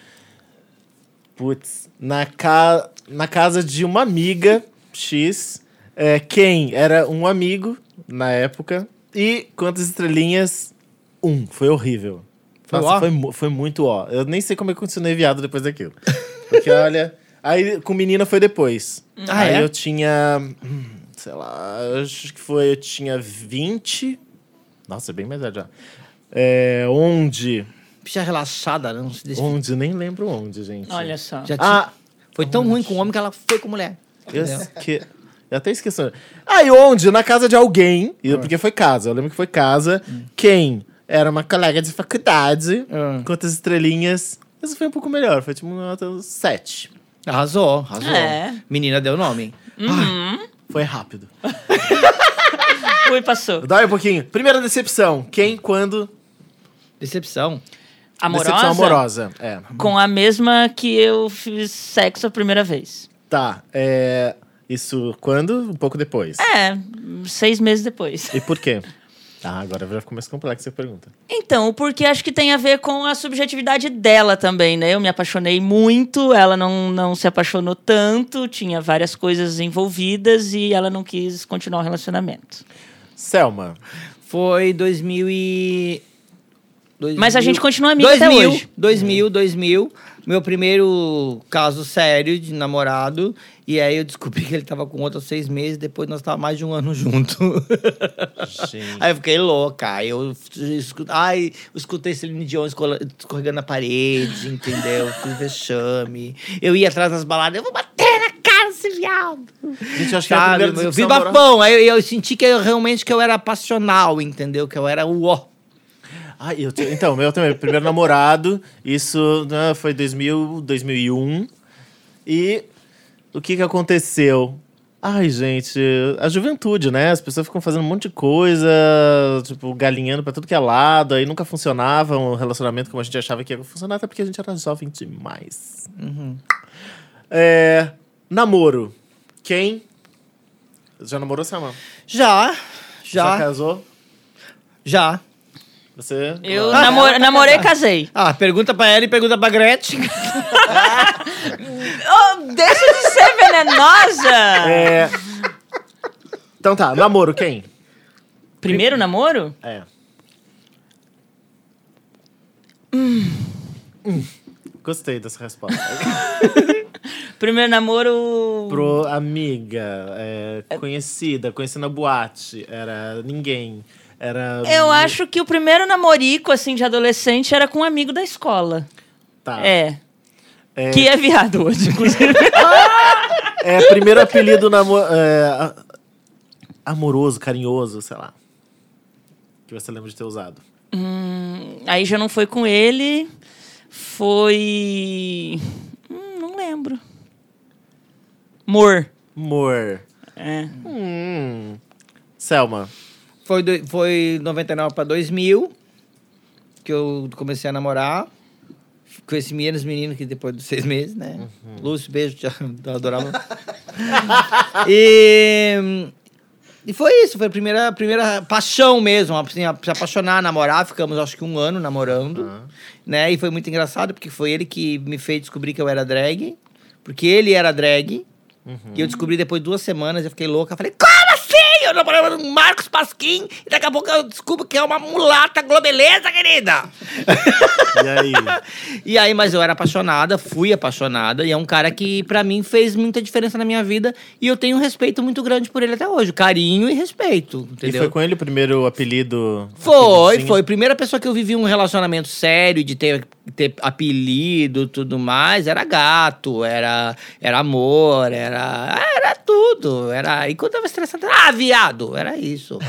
[SPEAKER 2] Putz, na, ca, na casa de uma amiga X. É, quem era um amigo na época. E quantas estrelinhas? Um. Foi horrível.
[SPEAKER 3] Foi
[SPEAKER 2] Nossa,
[SPEAKER 3] ó?
[SPEAKER 2] foi, mu- foi muito ó. Eu nem sei como é eu continuei viado depois daquilo. Porque olha. Aí com menina foi depois.
[SPEAKER 3] Ah,
[SPEAKER 2] aí
[SPEAKER 3] é?
[SPEAKER 2] eu tinha. hum, Sei lá, acho que foi. Eu tinha 20. Nossa, é bem mais velho já. É, onde?
[SPEAKER 3] Bicha relaxada, não se deixa.
[SPEAKER 2] Onde? Nem lembro onde, gente.
[SPEAKER 4] Olha só.
[SPEAKER 3] Já tinha-
[SPEAKER 2] Ah,
[SPEAKER 3] Foi tão ruim com o homem que ela foi com mulher.
[SPEAKER 2] eu, esque- eu até esqueci. Aí onde? Na casa de alguém. E- Porque foi casa. Eu lembro que foi casa. Quem? Era uma colega de faculdade.
[SPEAKER 3] Ah.
[SPEAKER 2] Quantas estrelinhas? Essa foi um pouco melhor. Foi tipo uma nota 7.
[SPEAKER 3] Arrasou, arrasou.
[SPEAKER 4] É.
[SPEAKER 3] Menina deu nome.
[SPEAKER 2] Foi rápido.
[SPEAKER 4] Fui, passou.
[SPEAKER 2] Dói um pouquinho. Primeira decepção. Quem, quando?
[SPEAKER 3] Decepção.
[SPEAKER 4] Amorosa?
[SPEAKER 2] Decepção amorosa. É.
[SPEAKER 4] Com a mesma que eu fiz sexo a primeira vez.
[SPEAKER 2] Tá. É... Isso quando? Um pouco depois.
[SPEAKER 4] É, seis meses depois.
[SPEAKER 2] E por quê? Ah, agora já ficou mais complexa a pergunta.
[SPEAKER 4] Então, o porquê acho que tem a ver com a subjetividade dela também, né? Eu me apaixonei muito, ela não, não se apaixonou tanto, tinha várias coisas envolvidas e ela não quis continuar o relacionamento.
[SPEAKER 2] Selma.
[SPEAKER 3] Foi 2000 e...
[SPEAKER 4] Mas a
[SPEAKER 3] 2000
[SPEAKER 4] gente continua amiga até
[SPEAKER 3] 2000,
[SPEAKER 4] hoje.
[SPEAKER 3] 2000, 2000. Meu primeiro caso sério de namorado. E aí eu descobri que ele tava com outra seis meses. Depois nós tava mais de um ano junto.
[SPEAKER 2] Gente.
[SPEAKER 3] aí eu fiquei louca. Aí eu, escu- ai, eu escutei Celine Dion escola- escorregando na parede, entendeu? Fiz vexame. Eu ia atrás das baladas. Eu vou bater na cara desse viado.
[SPEAKER 2] Gente, eu acho que é a
[SPEAKER 3] Sabe?
[SPEAKER 2] primeira
[SPEAKER 3] Eu vi
[SPEAKER 2] decepção amorosa.
[SPEAKER 3] bafão. Aí eu, eu senti que eu, realmente que eu era passional, entendeu? Que eu era o ó.
[SPEAKER 2] Ah, eu te- Então, meu também. Primeiro namorado. Isso né, foi um. 2000, 2001. E o que que aconteceu? Ai, gente, a juventude, né? As pessoas ficam fazendo um monte de coisa, tipo, galinhando pra tudo que é lado, aí nunca funcionava um relacionamento como a gente achava que ia funcionar, até porque a gente era jovem demais. É, namoro. Quem? Já namorou, Samã?
[SPEAKER 3] Já,
[SPEAKER 2] Já
[SPEAKER 3] já,
[SPEAKER 2] casou?
[SPEAKER 3] já.
[SPEAKER 2] Você?
[SPEAKER 4] Eu namor- namorei e casei.
[SPEAKER 3] Ah, pergunta pra ela e pergunta pra Gretchen.
[SPEAKER 4] Oh, deixa de ser venenosa!
[SPEAKER 2] É. Então tá, namoro, quem?
[SPEAKER 4] Primeiro namoro?
[SPEAKER 2] É. Hum. Gostei dessa resposta.
[SPEAKER 4] Primeiro namoro.
[SPEAKER 2] Pro amiga, é, conhecida, conheci na boate, era ninguém. Era.
[SPEAKER 4] Eu acho que o primeiro namorico, assim, de adolescente, era com um amigo da escola.
[SPEAKER 2] Tá.
[SPEAKER 4] É.
[SPEAKER 2] É.
[SPEAKER 4] Que é viado hoje, inclusive.
[SPEAKER 2] É, primeiro apelido namo é, a- amoroso, carinhoso, sei lá. Que você lembra de ter usado.
[SPEAKER 4] Aí já não foi com ele. Foi. Hum, não lembro. Mor.
[SPEAKER 2] Mor.
[SPEAKER 4] É.
[SPEAKER 2] Hum. Selma.
[SPEAKER 3] Foi, do, foi 99 pra 2000 que eu comecei a namorar. Com esse menos menino que depois dos seis meses, né? Lúcio, beijo, te adorava. e, e foi isso, foi a primeira, a primeira paixão mesmo. Assim, a- se apaixonar, namorar. Ficamos acho que um ano namorando. Né? E foi muito engraçado, porque foi ele que me fez descobrir que eu era drag. Porque ele era drag.
[SPEAKER 2] Uhum.
[SPEAKER 3] E eu descobri depois de duas semanas, eu fiquei louca. Falei, como assim? Eu namorava com Marcos Pasquim e daqui a pouco eu descubro que é uma mulata globeleza, querida.
[SPEAKER 2] E aí?
[SPEAKER 3] E aí, mas eu era apaixonada, fui apaixonada, e é um cara que, pra mim, fez muita diferença na minha vida. E eu tenho um respeito muito grande por ele até hoje. Carinho e respeito,
[SPEAKER 2] e
[SPEAKER 3] entendeu?
[SPEAKER 2] foi com ele o primeiro apelido?
[SPEAKER 3] Foi,
[SPEAKER 2] apelidinho?
[SPEAKER 3] foi. Primeira pessoa que eu vivi um relacionamento sério, de ter, ter apelido e tudo mais, era gato, era, era amor, era, era tudo. Era, e quando eu tava estressada, ah, viado, era isso.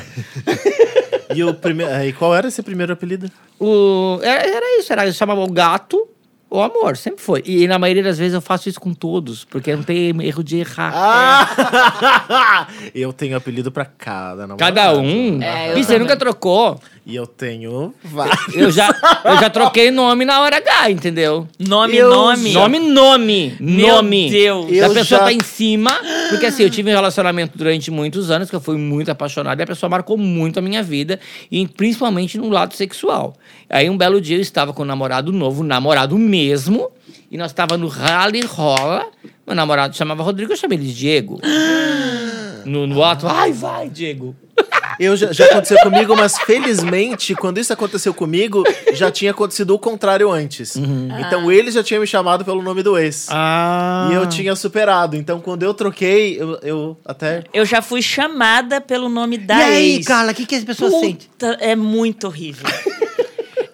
[SPEAKER 2] E, o prime... e qual era esse primeiro apelido?
[SPEAKER 3] o, era, era isso, era, eu chamava o gato ou amor, sempre foi. E na maioria das vezes eu faço isso com todos, porque não tem erro de errar.
[SPEAKER 2] Ah! Eu tenho apelido pra cada namorado.
[SPEAKER 3] Cada um.
[SPEAKER 4] É, eu
[SPEAKER 3] e você
[SPEAKER 4] também.
[SPEAKER 3] nunca trocou.
[SPEAKER 2] E eu tenho vários.
[SPEAKER 3] Eu já, eu já troquei nome na hora H, entendeu?
[SPEAKER 4] Nome,
[SPEAKER 3] Eu-
[SPEAKER 4] nome.
[SPEAKER 3] Nome, nome.
[SPEAKER 4] Meu
[SPEAKER 3] nome.
[SPEAKER 4] Deus.
[SPEAKER 3] Da
[SPEAKER 2] Eu
[SPEAKER 3] pessoa
[SPEAKER 2] já-
[SPEAKER 3] tá em cima. Porque assim, eu tive um relacionamento durante muitos anos, que eu fui muito apaixonada, e a pessoa marcou muito a minha vida, e principalmente no lado sexual. Aí um belo dia eu estava com um namorado novo, namorado mesmo, e nós estava no rally rola. Meu namorado chamava Rodrigo, eu chamei ele de Diego. No, no ato, ai, vai, Diego.
[SPEAKER 2] Eu já, já aconteceu comigo, mas felizmente, quando isso aconteceu comigo, já tinha acontecido o contrário antes.
[SPEAKER 4] Ah.
[SPEAKER 2] Então ele já tinha me chamado pelo nome do ex.
[SPEAKER 3] Uhum. Ah.
[SPEAKER 2] E eu tinha superado. Então quando eu troquei, eu, eu até.
[SPEAKER 4] Eu já fui chamada pelo nome da
[SPEAKER 3] e aí,
[SPEAKER 4] ex.
[SPEAKER 3] Carla, o que, que as pessoas sentem?
[SPEAKER 4] Puta, é muito horrível.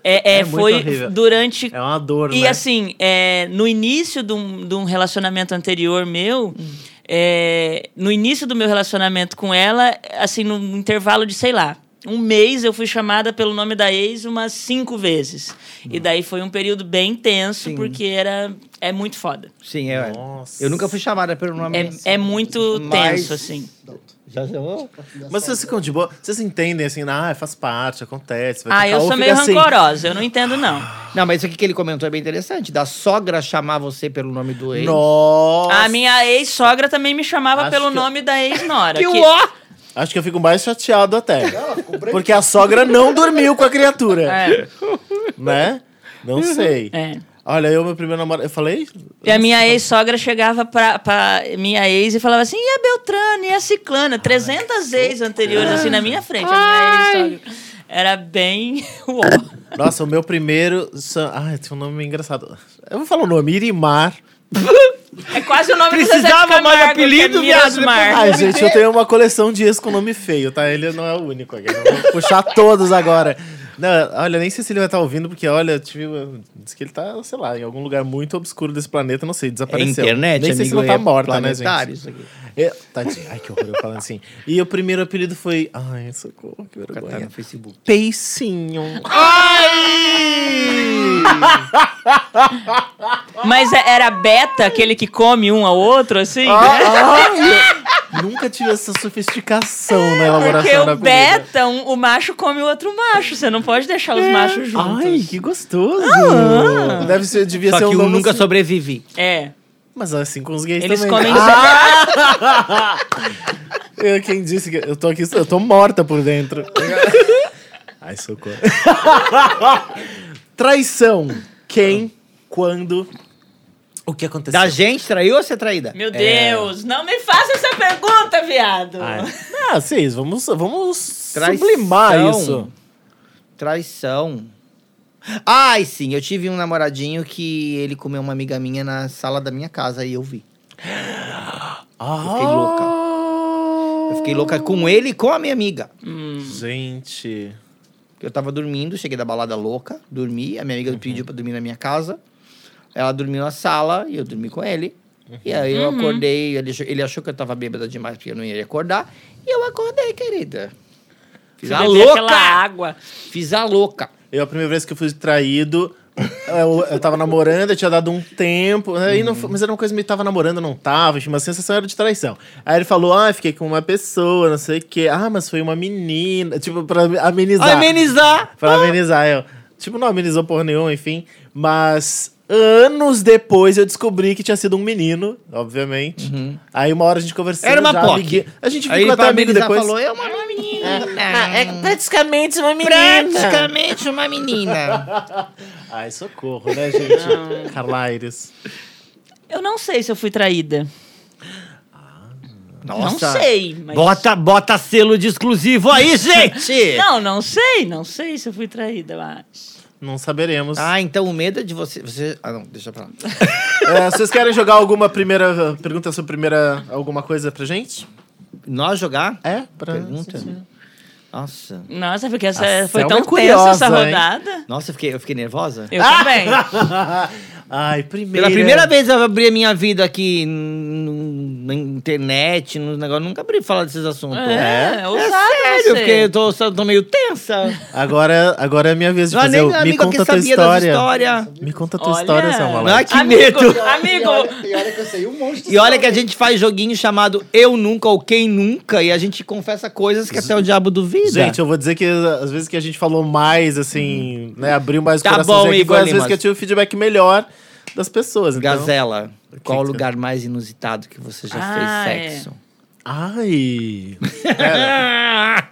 [SPEAKER 4] É, é,
[SPEAKER 2] É muito
[SPEAKER 4] foi
[SPEAKER 2] horrível.
[SPEAKER 4] durante
[SPEAKER 2] É uma dor,
[SPEAKER 4] E
[SPEAKER 2] né?
[SPEAKER 4] assim, é, no início de um, de um relacionamento anterior meu, é, no início do meu relacionamento com ela, assim, num intervalo de, sei lá, um mês eu fui chamada pelo nome da ex umas cinco vezes. E daí foi um período bem intenso, porque era. É muito foda.
[SPEAKER 3] Sim, é.
[SPEAKER 2] Nossa.
[SPEAKER 3] Eu nunca fui chamada pelo nome. assim.
[SPEAKER 4] É, é muito
[SPEAKER 3] Mas-
[SPEAKER 4] tenso, assim.
[SPEAKER 3] Já chamou?
[SPEAKER 2] Mas vocês ficam de boa. Vocês entendem assim, ah, faz parte, acontece. vai
[SPEAKER 4] Ah,
[SPEAKER 2] ficar-
[SPEAKER 4] eu
[SPEAKER 2] ou
[SPEAKER 4] sou
[SPEAKER 2] fica
[SPEAKER 4] meio
[SPEAKER 2] assim,
[SPEAKER 4] rancorosa, eu não entendo, não.
[SPEAKER 3] Não, mas isso aqui que ele comentou é bem interessante. Da sogra chamar você pelo nome do ex.
[SPEAKER 2] Nossa.
[SPEAKER 4] A minha ex-sogra também me chamava
[SPEAKER 2] Acho
[SPEAKER 4] pelo
[SPEAKER 2] que-
[SPEAKER 4] nome da ex-nora.
[SPEAKER 3] Que
[SPEAKER 4] que-
[SPEAKER 3] uó!
[SPEAKER 2] Acho que eu fico mais chateado até. Porque a sogra não dormiu com a criatura.
[SPEAKER 4] É.
[SPEAKER 2] Né? Não sei.
[SPEAKER 4] É.
[SPEAKER 2] Olha, eu, meu primeiro namorado. Eu falei?
[SPEAKER 4] E a minha ex-sogra chegava pra, pra minha ex e falava assim, e a Beltrana, e a Ciclana? 300 ex anteriores, assim, na minha frente. A minha ex-sogra era bem... uó.
[SPEAKER 2] Nossa, o meu primeiro. sa- Ai, tem um nome engraçado. Eu vou falar o nome: Irimar.
[SPEAKER 4] é quase o nome
[SPEAKER 3] Precisava mais
[SPEAKER 4] é
[SPEAKER 3] apelido, viado,
[SPEAKER 4] viado.
[SPEAKER 2] Ai, gente, eu tenho uma coleção de ex com nome feio, tá? Ele não é o único aqui. Eu vou puxar todos agora. Não, olha, nem sei se ele vai estar ouvindo, porque olha, eu tive, diz que ele tá, sei lá, em algum lugar muito obscuro desse planeta, não sei,
[SPEAKER 4] É
[SPEAKER 2] desapareceu. nem sei se ele não tá morta, né, gente?
[SPEAKER 3] é Isso aqui.
[SPEAKER 2] É, tadinho, ai que horror eu falando assim. E o primeiro apelido foi. Ai, socorro, que
[SPEAKER 3] Tá
[SPEAKER 2] vergonha.
[SPEAKER 3] no Facebook.
[SPEAKER 2] Peicinho.
[SPEAKER 4] Mas é- era beta, aquele que come um ao outro, assim? né?
[SPEAKER 2] Ah, eu Nunca tive essa sofisticação na elaboração
[SPEAKER 4] Porque
[SPEAKER 2] da
[SPEAKER 4] o
[SPEAKER 2] comida.
[SPEAKER 4] beta, um- o macho come o outro macho. Você não pode deixar os machos juntos. Ah!
[SPEAKER 2] Ai, que gostoso! Deve ser, devia
[SPEAKER 3] Só
[SPEAKER 2] ser
[SPEAKER 3] que
[SPEAKER 2] um
[SPEAKER 3] um
[SPEAKER 2] nome
[SPEAKER 3] nunca
[SPEAKER 2] assim.
[SPEAKER 3] sobrevive.
[SPEAKER 4] É.
[SPEAKER 2] Mas assim com os gays
[SPEAKER 4] Eles comem
[SPEAKER 2] também. Eu, quem disse que eu tô aqui, eu tô morta por dentro. Ai, socorro. Traição. Quem, quando, é o que aconteceu?
[SPEAKER 3] Da gente traiu ou ser traída? É.
[SPEAKER 4] Meu Deus, não me faça essa pergunta, viado.
[SPEAKER 2] Ah, é. Ah, vocês, vamos, vamos
[SPEAKER 3] Traição.
[SPEAKER 2] sublimar isso.
[SPEAKER 3] Traição. Ai, sim, eu tive um namoradinho que ele comeu uma amiga minha na sala da minha casa e eu vi. louca.
[SPEAKER 2] Ah.
[SPEAKER 3] Eu fiquei louca com ele e com a minha amiga.
[SPEAKER 2] Gente.
[SPEAKER 3] Eu tava dormindo, cheguei da balada louca, dormi. A minha amiga pediu pra dormir na minha casa. Ela dormiu na sala e eu dormi com ele. E aí
[SPEAKER 4] Uhum.
[SPEAKER 3] eu acordei, ele achou, ele achou que eu tava bêbada demais porque eu não ia acordar. E eu acordei, querida. Fiz
[SPEAKER 4] Você
[SPEAKER 3] a
[SPEAKER 4] bebeu
[SPEAKER 3] tá louca!
[SPEAKER 4] aquela água.
[SPEAKER 3] Fiz a louca.
[SPEAKER 2] Eu, a primeira vez que eu fui traído, eu, eu tava namorando, eu tinha dado um tempo, né, e não foi- mas era uma coisa meio tava namorando, não tava, tinha uma sensação era de traição. Aí ele falou, ah, fiquei com uma pessoa, não sei o quê. Ah, mas foi uma menina, tipo, pra amenizar.
[SPEAKER 3] Amenizar!
[SPEAKER 2] pra amenizar, eu. Tipo, não amenizou porra nenhuma, enfim. Mas anos depois eu descobri que tinha sido um menino, obviamente. Aí uma hora a gente conversou.
[SPEAKER 3] Uhum. Era uma
[SPEAKER 2] já,
[SPEAKER 3] POC.
[SPEAKER 2] amigui- A gente ficou
[SPEAKER 3] Aí ele
[SPEAKER 2] até
[SPEAKER 3] pra
[SPEAKER 2] amigo
[SPEAKER 3] amenizar
[SPEAKER 2] depois.
[SPEAKER 3] falou, é uma menina. Ah,
[SPEAKER 1] É praticamente uma menina.
[SPEAKER 3] Praticamente uma menina.
[SPEAKER 2] Ai, socorro, né, gente? Carla Aires.
[SPEAKER 4] Eu não sei se eu fui traída.
[SPEAKER 3] Nossa.
[SPEAKER 4] Não sei, mas...
[SPEAKER 3] Bota, bota selo de exclusivo aí, gente!
[SPEAKER 4] Não, não sei, não sei se eu fui traída, mas...
[SPEAKER 2] Não saberemos.
[SPEAKER 3] Ah, então o medo é de você. Você. Ah, não, deixa pra lá.
[SPEAKER 2] É, vocês querem jogar alguma primeira pergunta sobre primeira alguma coisa pra gente?
[SPEAKER 3] Nós jogar?
[SPEAKER 4] Ah,
[SPEAKER 2] É, pra
[SPEAKER 3] Pergunta? Nossa.
[SPEAKER 4] Nossa, porque essa
[SPEAKER 3] Ah,
[SPEAKER 2] A
[SPEAKER 4] foi
[SPEAKER 2] Selma
[SPEAKER 4] tão
[SPEAKER 2] é curiosa,
[SPEAKER 4] tensa essa
[SPEAKER 2] hein?
[SPEAKER 4] rodada.
[SPEAKER 3] Nossa, eu fiquei, eu fiquei nervosa.
[SPEAKER 4] Eu também.
[SPEAKER 2] Ai, primeira.
[SPEAKER 3] Pela primeira vez eu abri a minha vida aqui n- na internet, no negócio. Nunca abri falar desses assuntos.
[SPEAKER 4] É,
[SPEAKER 3] É
[SPEAKER 4] ousada
[SPEAKER 3] sério,
[SPEAKER 4] você.
[SPEAKER 3] porque eu tô, só tô meio tensa.
[SPEAKER 2] Agora, agora é a minha vez de fazer. o-
[SPEAKER 3] a
[SPEAKER 2] Me conta a tua
[SPEAKER 3] das
[SPEAKER 2] história.
[SPEAKER 3] histórias.
[SPEAKER 2] Me conta a tua
[SPEAKER 4] Olha.
[SPEAKER 2] história, Selma.
[SPEAKER 3] Ai,
[SPEAKER 2] Light.
[SPEAKER 3] é que
[SPEAKER 4] Amigo,
[SPEAKER 3] medo.
[SPEAKER 6] E olha,
[SPEAKER 4] amigo,
[SPEAKER 6] e olha que eu sei um monte de
[SPEAKER 3] E olha que a gente faz joguinho chamado Eu Nunca ou Quem Nunca, e a gente confessa coisas que até o diabo duvida.
[SPEAKER 2] Gente, eu vou dizer que às vezes que a gente falou mais, assim, né, abriu mais o
[SPEAKER 3] Tá
[SPEAKER 2] coraçãozinho
[SPEAKER 3] bom,
[SPEAKER 2] aqui,
[SPEAKER 3] Igor
[SPEAKER 2] foi às vezes
[SPEAKER 3] Limas.
[SPEAKER 2] que eu tive o feedback melhor das pessoas, então...
[SPEAKER 3] Gazela, qual o
[SPEAKER 2] que-
[SPEAKER 3] lugar mais inusitado que você já
[SPEAKER 4] Ah, é.
[SPEAKER 3] fez sexo?
[SPEAKER 2] Ai... Pera.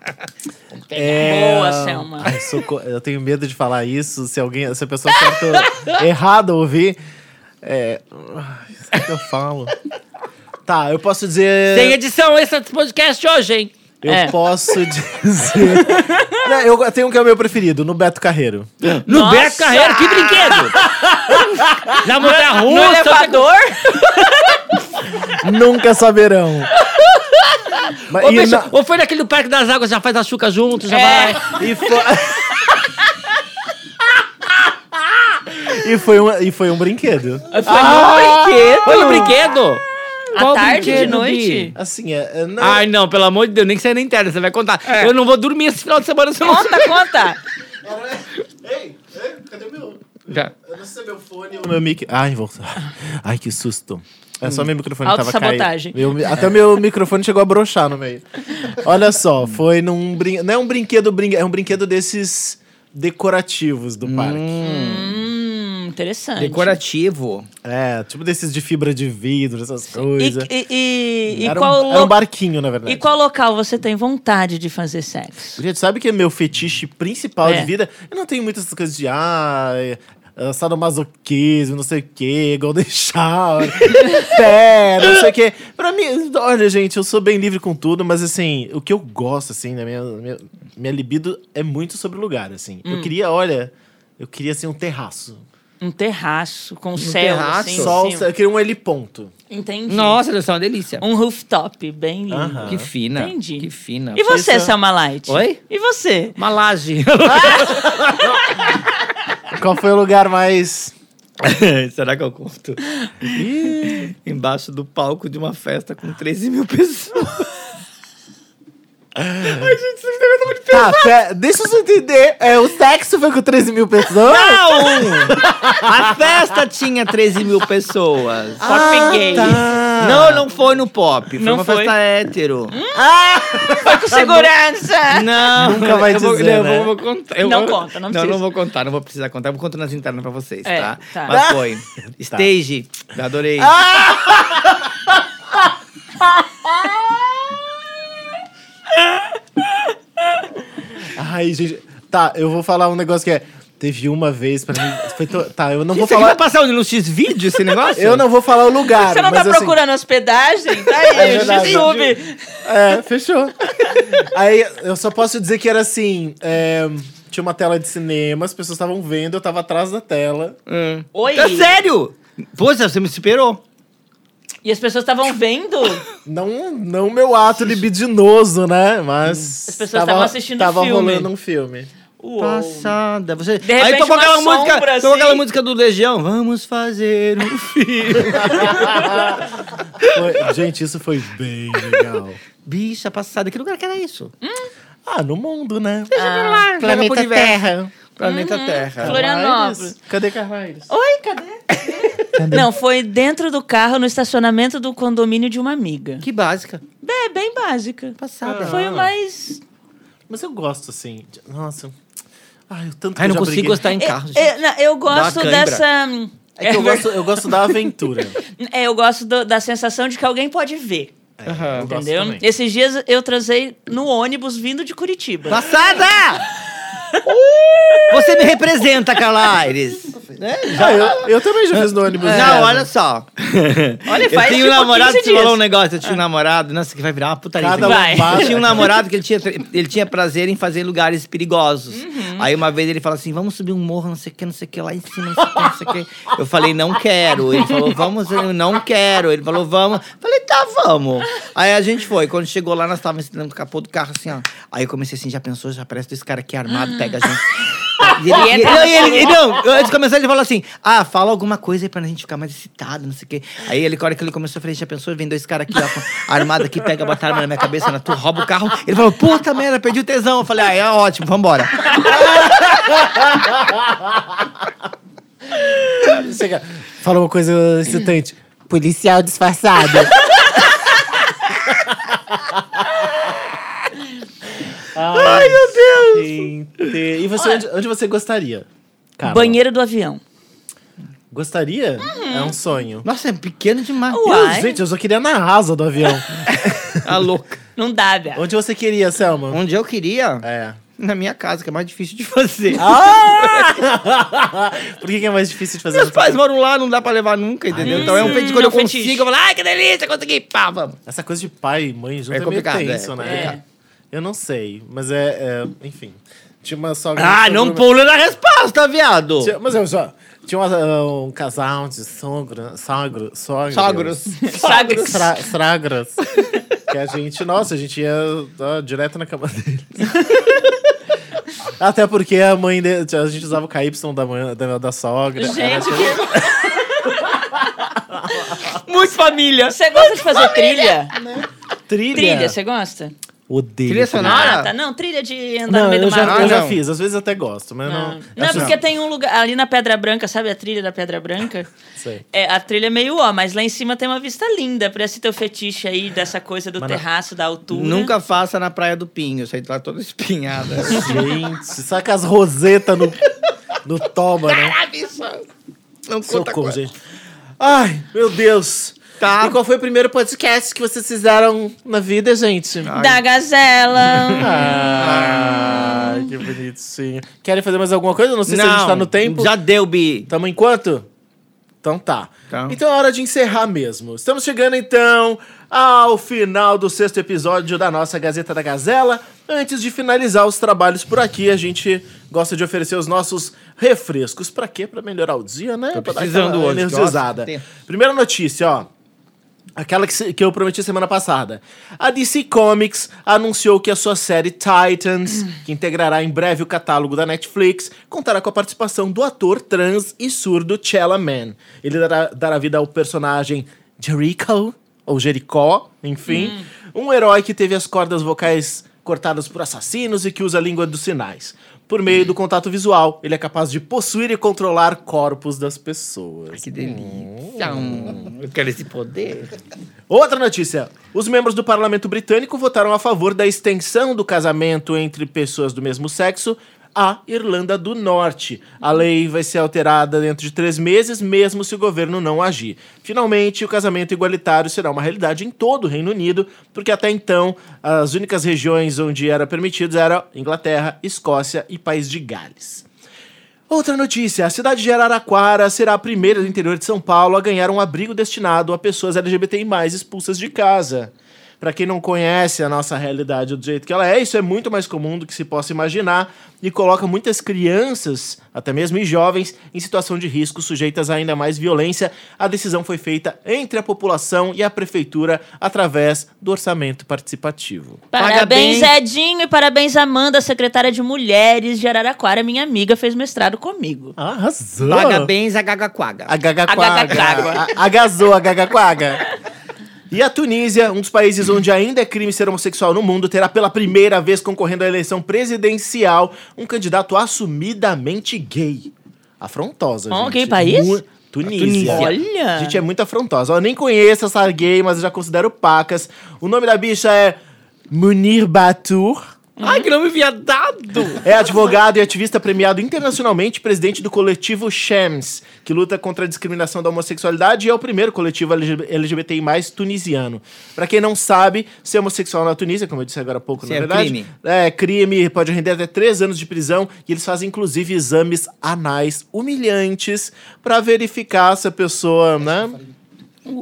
[SPEAKER 2] É...
[SPEAKER 4] Boa, Selma.
[SPEAKER 2] Ai, socorro. Eu tenho medo de falar isso, se alguém, se a pessoa certa errada ouvir. É... Ai, isso que eu falo. Tá, eu posso dizer...
[SPEAKER 3] Tem edição extra do podcast hoje, hein?
[SPEAKER 2] Eu
[SPEAKER 4] É.
[SPEAKER 2] posso dizer... Não, eu tenho um que é o meu preferido, no Beto Carreiro.
[SPEAKER 3] No
[SPEAKER 4] Nossa!
[SPEAKER 3] Beto Carreiro, que brinquedo! Na montanha
[SPEAKER 4] No
[SPEAKER 3] russa,
[SPEAKER 4] elevador?
[SPEAKER 2] Nunca saberão. Mas-
[SPEAKER 3] ou,
[SPEAKER 2] e
[SPEAKER 3] pensa-
[SPEAKER 2] na-
[SPEAKER 3] ou foi naquele do Parque das Águas, já faz a chuca junto, já
[SPEAKER 4] É.
[SPEAKER 3] vai.
[SPEAKER 2] E foi. e, foi um, e foi um brinquedo.
[SPEAKER 4] É, Foi
[SPEAKER 3] Ah!
[SPEAKER 4] no brinquedo.
[SPEAKER 3] Olha o brinquedo!
[SPEAKER 4] À
[SPEAKER 3] Qual
[SPEAKER 4] tarde, de
[SPEAKER 3] brinquedo,
[SPEAKER 4] noite.
[SPEAKER 3] Bi?
[SPEAKER 2] Assim, é. é, não-
[SPEAKER 3] Ai, não, pelo amor de Deus, nem que você nem interna, você vai contar. Eu não vou dormir esse final de semana se eu não
[SPEAKER 4] Conta, conta.
[SPEAKER 2] Ei, ei, cadê meu.
[SPEAKER 3] Já.
[SPEAKER 2] Eu não sei é meu fone ou meu mic. Ai, vou. Ai, que susto. É só meu microfone que tava
[SPEAKER 4] Autossabotagem.
[SPEAKER 2] caindo. Meu, mi- até meu microfone chegou a brochar no meio. Olha só, foi num brinquedo. Não é um brinquedo, brinque- é um brinquedo desses decorativos do parque.
[SPEAKER 4] Hum, interessante.
[SPEAKER 3] Decorativo.
[SPEAKER 2] É, tipo desses de fibra de vidro, essas
[SPEAKER 4] E,
[SPEAKER 2] coisas.
[SPEAKER 4] e, e, e
[SPEAKER 2] Era,
[SPEAKER 4] qual
[SPEAKER 2] um,
[SPEAKER 4] lo-
[SPEAKER 2] era um barquinho, na verdade.
[SPEAKER 4] e qual local você tem vontade de fazer sexo?
[SPEAKER 2] Gente, sabe que é meu fetiche principal
[SPEAKER 4] É.
[SPEAKER 2] de vida? Eu não tenho muitas coisas de ah, é, é, sadomasoquismo, não sei o quê, golden shower, pé, não sei o quê. Pra mim, olha, gente, eu sou bem livre com tudo, mas assim, o que eu gosto, assim, na minha, minha, minha libido é muito sobre lugar, assim. Eu queria, olha, eu queria, assim, um terraço.
[SPEAKER 4] Um terraço com céu,
[SPEAKER 3] terraço?
[SPEAKER 4] assim, em
[SPEAKER 2] Sol,
[SPEAKER 4] cima.
[SPEAKER 2] eu queria um heliponto.
[SPEAKER 4] Entendi.
[SPEAKER 3] Nossa, deve ser uma delícia.
[SPEAKER 4] Um rooftop bem lindo.
[SPEAKER 2] Aham.
[SPEAKER 3] Que fina.
[SPEAKER 4] Entendi.
[SPEAKER 3] Que fina.
[SPEAKER 4] E você,
[SPEAKER 2] Isso-
[SPEAKER 4] Selma Light?
[SPEAKER 3] Oi?
[SPEAKER 4] E você?
[SPEAKER 3] Uma laje.
[SPEAKER 4] Ah!
[SPEAKER 2] Qual foi o lugar mais...
[SPEAKER 3] Será que eu conto? Embaixo do palco de uma festa com 13 mil pessoas.
[SPEAKER 2] Tá, pera, deixa eu entender. É, o sexo foi com 13 mil pessoas?
[SPEAKER 3] A festa tinha 13 mil pessoas.
[SPEAKER 2] Ah,
[SPEAKER 4] Pop gay.
[SPEAKER 2] tá.
[SPEAKER 3] Não, não foi no pop. Foi Hum?
[SPEAKER 4] Não
[SPEAKER 3] uma
[SPEAKER 4] foi.
[SPEAKER 3] festa hétero.
[SPEAKER 4] Foi com segurança.
[SPEAKER 3] Não.
[SPEAKER 2] Nunca vai
[SPEAKER 3] eu vou-
[SPEAKER 2] dizer,
[SPEAKER 3] eu
[SPEAKER 2] né?
[SPEAKER 3] vou- vou contar. eu
[SPEAKER 4] Não
[SPEAKER 3] vou-
[SPEAKER 4] conta, não
[SPEAKER 3] Não,
[SPEAKER 4] precisa.
[SPEAKER 3] não vou contar, não vou precisar contar. Eu vou contar nas internas pra vocês,
[SPEAKER 4] É,
[SPEAKER 3] tá?
[SPEAKER 4] tá.
[SPEAKER 3] Mas foi. Stage, adorei.
[SPEAKER 2] Ah,
[SPEAKER 4] Ah!
[SPEAKER 2] Ai, gente. Tá, eu vou falar um negócio que é. Teve uma vez pra mim. Foi to- Tá, eu não vou
[SPEAKER 3] Você vai
[SPEAKER 2] falar.
[SPEAKER 3] passar no X-Vídeo esse negócio?
[SPEAKER 2] Eu não vou falar o lugar.
[SPEAKER 4] Você não
[SPEAKER 2] mas,
[SPEAKER 4] tá
[SPEAKER 2] assim,
[SPEAKER 4] procurando hospedagem? Tá aí,
[SPEAKER 2] É verdade.
[SPEAKER 4] YouTube.
[SPEAKER 2] É, fechou. Aí eu só posso dizer que era assim. é, Tinha uma tela de cinema, as pessoas estavam vendo, eu tava atrás da tela.
[SPEAKER 3] Hum.
[SPEAKER 4] Oi.
[SPEAKER 2] Tá
[SPEAKER 3] É sério? Poxa, você me superou.
[SPEAKER 4] E as pessoas estavam vendo?
[SPEAKER 2] Não, não meu ato libidinoso, né? Mas.
[SPEAKER 4] As pessoas estavam assistindo
[SPEAKER 2] Tava
[SPEAKER 4] filme.
[SPEAKER 2] rolando um filme.
[SPEAKER 4] Uou.
[SPEAKER 3] Passada. Você...
[SPEAKER 4] De
[SPEAKER 3] Aí
[SPEAKER 4] repente,
[SPEAKER 3] tocou
[SPEAKER 4] uma
[SPEAKER 3] aquela
[SPEAKER 4] sombra,
[SPEAKER 3] música, tocou
[SPEAKER 4] assim.
[SPEAKER 3] aquela música do Legião. Vamos fazer um filho.
[SPEAKER 2] Foi- Gente, isso foi bem legal.
[SPEAKER 3] Bicha passada, que lugar que era isso?
[SPEAKER 2] Ah, no mundo, né?
[SPEAKER 3] Ah, Planeta Terra.
[SPEAKER 4] Uhum.
[SPEAKER 3] Planeta Terra.
[SPEAKER 4] Florianópolis.
[SPEAKER 2] Cadê Carvalhos?
[SPEAKER 4] Oi, cadê? Não, foi dentro do carro, no estacionamento do condomínio de uma amiga.
[SPEAKER 3] Que básica.
[SPEAKER 4] É, bem básica.
[SPEAKER 2] Ah.
[SPEAKER 3] Passada.
[SPEAKER 4] Foi o mais.
[SPEAKER 2] Mas eu gosto, assim. de- Nossa. Ai, o tanto que
[SPEAKER 3] Ai, não
[SPEAKER 2] eu já
[SPEAKER 3] consigo
[SPEAKER 2] briguei.
[SPEAKER 3] gostar em Um carro.
[SPEAKER 4] É, é, não, eu gosto
[SPEAKER 3] Dá uma cãibra.
[SPEAKER 4] dessa.
[SPEAKER 2] É que eu gosto, eu gosto da aventura.
[SPEAKER 4] É, eu gosto do- da sensação de que alguém pode ver.
[SPEAKER 2] É,
[SPEAKER 3] Ah,
[SPEAKER 2] eu gosto
[SPEAKER 4] Entendeu?
[SPEAKER 2] também.
[SPEAKER 4] Esses dias eu transei no ônibus vindo de
[SPEAKER 3] Tá
[SPEAKER 4] Curitiba.
[SPEAKER 3] Passada! Você me representa, Carla Aires.
[SPEAKER 2] Ah, eu, eu também já fiz no ônibus.
[SPEAKER 3] Não,
[SPEAKER 2] né?
[SPEAKER 3] olha só.
[SPEAKER 4] Olha,
[SPEAKER 3] eu
[SPEAKER 4] faz
[SPEAKER 3] tinha um
[SPEAKER 4] tipo
[SPEAKER 3] namorado
[SPEAKER 4] 15
[SPEAKER 3] que falou um
[SPEAKER 4] dias. É.
[SPEAKER 3] negócio. Eu tinha um namorado, nossa, que vai virar uma putaria.
[SPEAKER 2] Cada
[SPEAKER 3] isso aqui.
[SPEAKER 4] Vai.
[SPEAKER 2] lombada.
[SPEAKER 3] Eu tinha um namorado que ele tinha, ele tinha prazer em fazer em lugares perigosos.
[SPEAKER 4] Uhum.
[SPEAKER 3] Aí uma vez ele falou assim: vamos subir um morro, não sei o que, não sei o que, lá em cima, não sei o que, não sei o que. Eu falei, não quero. Ele falou, vamos, eu não quero. Ele falou, vamos. Eu falei, tá, vamos. Aí a gente foi. Quando chegou lá, nós estávamos sentando no capô do carro, assim, ó. Aí eu comecei assim, já pensou, já parece dois caras aqui
[SPEAKER 4] Ah.
[SPEAKER 3] armados, pega a gente. E ele, é e- não, e ele- e não, antes de começar, ele falou assim: Ah, fala alguma coisa aí pra gente ficar mais excitado, não sei o quê. Aí ele, na hora que ele começou, eu falei: Já pensou? Vem dois caras aqui, ó, com- armado aqui, pega, bota a arma na minha cabeça, na tua, rouba o carro. Ele falou: Puta merda, perdi o tesão. Eu falei: Ah, é ótimo, vambora.
[SPEAKER 2] Chega, Fala uma coisa excitante.
[SPEAKER 1] Policial disfarçado.
[SPEAKER 2] Ai, meu Deus! E você, onde, onde você gostaria? Carla?
[SPEAKER 4] Banheiro do avião.
[SPEAKER 2] Gostaria?
[SPEAKER 3] Uhum.
[SPEAKER 2] É um sonho.
[SPEAKER 3] Nossa, é pequeno demais.
[SPEAKER 4] Uai.
[SPEAKER 2] Eu, gente, eu só queria na asa do avião.
[SPEAKER 3] A louca.
[SPEAKER 4] Não dá, Bia.
[SPEAKER 2] onde você queria, Selma?
[SPEAKER 3] Tá Onde eu queria,
[SPEAKER 2] É.
[SPEAKER 3] na minha casa, que é mais difícil de fazer.
[SPEAKER 2] Por que, que é mais difícil de fazer?
[SPEAKER 3] Meus pais moram lá, não dá pra levar nunca, entendeu? então é um feitiço. Quando
[SPEAKER 4] é
[SPEAKER 3] eu
[SPEAKER 4] um fetiche.
[SPEAKER 3] consigo, eu falo: Ai, que delícia, consegui. Pá, vamos.
[SPEAKER 2] Essa coisa de pai e mãe junto
[SPEAKER 3] É
[SPEAKER 2] é, meio
[SPEAKER 3] complicado,
[SPEAKER 2] tenso,
[SPEAKER 3] é,
[SPEAKER 2] né?
[SPEAKER 4] complicado.
[SPEAKER 2] Eu não sei, mas é, é, Enfim. Tinha uma sogra.
[SPEAKER 3] Ah, não
[SPEAKER 2] sogra-
[SPEAKER 3] pula na resposta, viado.
[SPEAKER 2] Tinha- Mas eu já. Tinha uma- um casal de sogra, sogro, sogro,
[SPEAKER 3] Sogros.
[SPEAKER 4] Sagres.
[SPEAKER 2] Sra- Sragras. que a gente, nossa, a gente ia ó, direto na cama deles. Até porque a mãe de, a gente usava o KY da, mãe, da, da sogra.
[SPEAKER 4] Gente, que... Muito família. Você gosta de fazer trilha?
[SPEAKER 2] Trilha.
[SPEAKER 4] Trilha, você gosta?
[SPEAKER 2] Odeio.
[SPEAKER 3] Trilha sonora?
[SPEAKER 4] Ah, tá. Não, trilha de andar no
[SPEAKER 2] Não,
[SPEAKER 4] meio
[SPEAKER 2] eu
[SPEAKER 4] do
[SPEAKER 2] já,
[SPEAKER 4] mar.
[SPEAKER 2] eu
[SPEAKER 3] Ah,
[SPEAKER 2] já
[SPEAKER 3] não.
[SPEAKER 2] fiz. Às vezes até gosto, mas não.
[SPEAKER 4] Não, não, porque tem um lugar ali na Pedra Branca, sabe a trilha da Pedra Branca?
[SPEAKER 2] Sei.
[SPEAKER 4] É, a trilha é meio ó, mas lá em cima tem uma vista linda pra esse teu fetiche aí, dessa coisa do
[SPEAKER 2] Mas não-
[SPEAKER 4] terraço, da altura.
[SPEAKER 3] Nunca faça na Praia do Pinho, saí de lá toda espinhada.
[SPEAKER 2] Gente, saca as rosetas no, no toba, né?
[SPEAKER 3] Não
[SPEAKER 2] Socorro, gente. Ai, meu Deus.
[SPEAKER 3] Tá.
[SPEAKER 2] E qual foi o primeiro podcast que vocês fizeram na vida, gente?
[SPEAKER 3] Ah,
[SPEAKER 4] Da gazela.
[SPEAKER 2] Ah, Ai, Ah, que bonitinho. Querem fazer mais alguma coisa? Não sei se a gente tá no tempo.
[SPEAKER 3] Já deu, Bi.
[SPEAKER 2] Tamo em quanto? Então tá.
[SPEAKER 3] Tá.
[SPEAKER 2] Então é hora de encerrar mesmo. Estamos chegando então ao final do sexto episódio da nossa Gazeta da Gazela. Antes de finalizar os trabalhos por aqui, a gente gosta de oferecer os nossos refrescos. Pra quê? Pra melhorar o dia, né? Pra dar
[SPEAKER 3] precisando
[SPEAKER 2] aquela
[SPEAKER 3] hoje, que
[SPEAKER 2] energizada.
[SPEAKER 3] ótimo tempo.
[SPEAKER 2] Primeira notícia, ó. Aquela que, se- que eu prometi semana passada. A DC Comics anunciou que a sua série Titans, que integrará em breve o catálogo da Netflix, contará com a participação do ator trans e surdo Chalaman. Ele dará, dará vida ao personagem Jericho, ou Jericó, enfim. Um herói que teve as cordas vocais cortadas por assassinos e que usa a língua dos sinais. Por meio do contato visual, ele é capaz de possuir e controlar corpos das pessoas.
[SPEAKER 5] Que delícia. Hum, eu quero esse poder.
[SPEAKER 2] Outra notícia: os membros do parlamento britânico votaram a favor da extensão do casamento entre pessoas do mesmo sexo à Irlanda do Norte. A lei vai ser alterada dentro de três meses, mesmo se o governo não agir. Finalmente, o casamento igualitário será uma realidade em todo o Reino Unido, porque até então as únicas regiões onde era permitido eram Inglaterra, Escócia e País de Gales. Outra notícia: a cidade de Araraquara será a primeira do interior de São Paulo a ganhar um abrigo destinado a pessoas LGBTI expulsas de casa. Pra quem não conhece a nossa realidade do jeito que ela é, isso é muito mais comum do que se possa imaginar e coloca muitas crianças, até mesmo e jovens, em situação de risco, sujeitas a ainda mais violência. A decisão foi feita entre a população e a prefeitura através do orçamento participativo.
[SPEAKER 4] Parabéns, Edinho, e parabéns, Amanda, secretária de Mulheres de Araraquara, minha amiga, fez mestrado comigo.
[SPEAKER 2] Arrasou!
[SPEAKER 5] Parabéns a Gagaquaga.
[SPEAKER 2] A gagaquaga.
[SPEAKER 4] Agagaquaga.
[SPEAKER 2] A- Agazou a gagaquaga. E a Tunísia, um dos países onde ainda é crime ser homossexual no mundo, terá pela primeira vez concorrendo à eleição presidencial um candidato assumidamente gay. Afrontosa,
[SPEAKER 4] Ó,
[SPEAKER 2] gente.
[SPEAKER 4] que país?
[SPEAKER 2] Mu- Tunísia.
[SPEAKER 4] Tunísia. Olha!
[SPEAKER 2] Gente, é muito afrontosa. Eu nem conheço essa gay, mas eu já considero pacas. O nome da bicha é Munir Batur.
[SPEAKER 5] Ai, que nome viadado.
[SPEAKER 2] É advogado e ativista premiado internacionalmente, presidente do coletivo Shams, que luta contra a discriminação da homossexualidade e é o primeiro coletivo LG- LGBTI+, tunisiano. Pra quem não sabe, ser homossexual na Tunísia, como eu disse agora há pouco,
[SPEAKER 5] Sim,
[SPEAKER 2] na
[SPEAKER 5] é
[SPEAKER 2] verdade...
[SPEAKER 5] crime.
[SPEAKER 2] É, crime, pode render até três anos de prisão e eles fazem, inclusive, exames anais humilhantes pra verificar se a pessoa, né...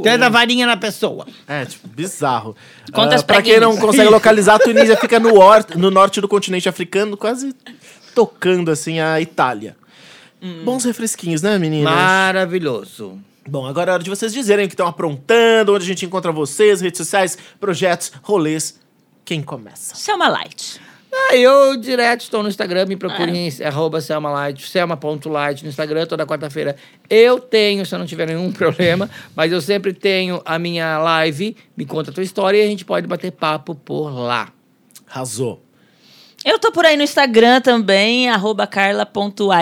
[SPEAKER 5] Tendo a varinha na pessoa.
[SPEAKER 2] É, tipo, bizarro.
[SPEAKER 4] Quantas
[SPEAKER 2] Ah, pra quem não
[SPEAKER 4] preguinhas?
[SPEAKER 2] consegue localizar, a Tunísia fica no, or- no norte do continente africano, quase tocando, assim, a Itália. Bons refresquinhos, né, meninas?
[SPEAKER 5] Maravilhoso.
[SPEAKER 2] Bom, agora é hora de vocês dizerem o que estão aprontando, onde a gente encontra vocês, redes sociais, projetos, rolês. Quem começa?
[SPEAKER 4] Selma Light.
[SPEAKER 5] Ah, eu direto estou no Instagram, me procurem, é. arroba Selma Light, selma.light no Instagram, toda quarta-feira. Eu tenho, se eu não tiver nenhum problema, mas eu sempre tenho a minha live, me conta a tua história e a gente pode bater papo por lá.
[SPEAKER 2] Arrasou.
[SPEAKER 4] Eu tô por aí no Instagram também, arroba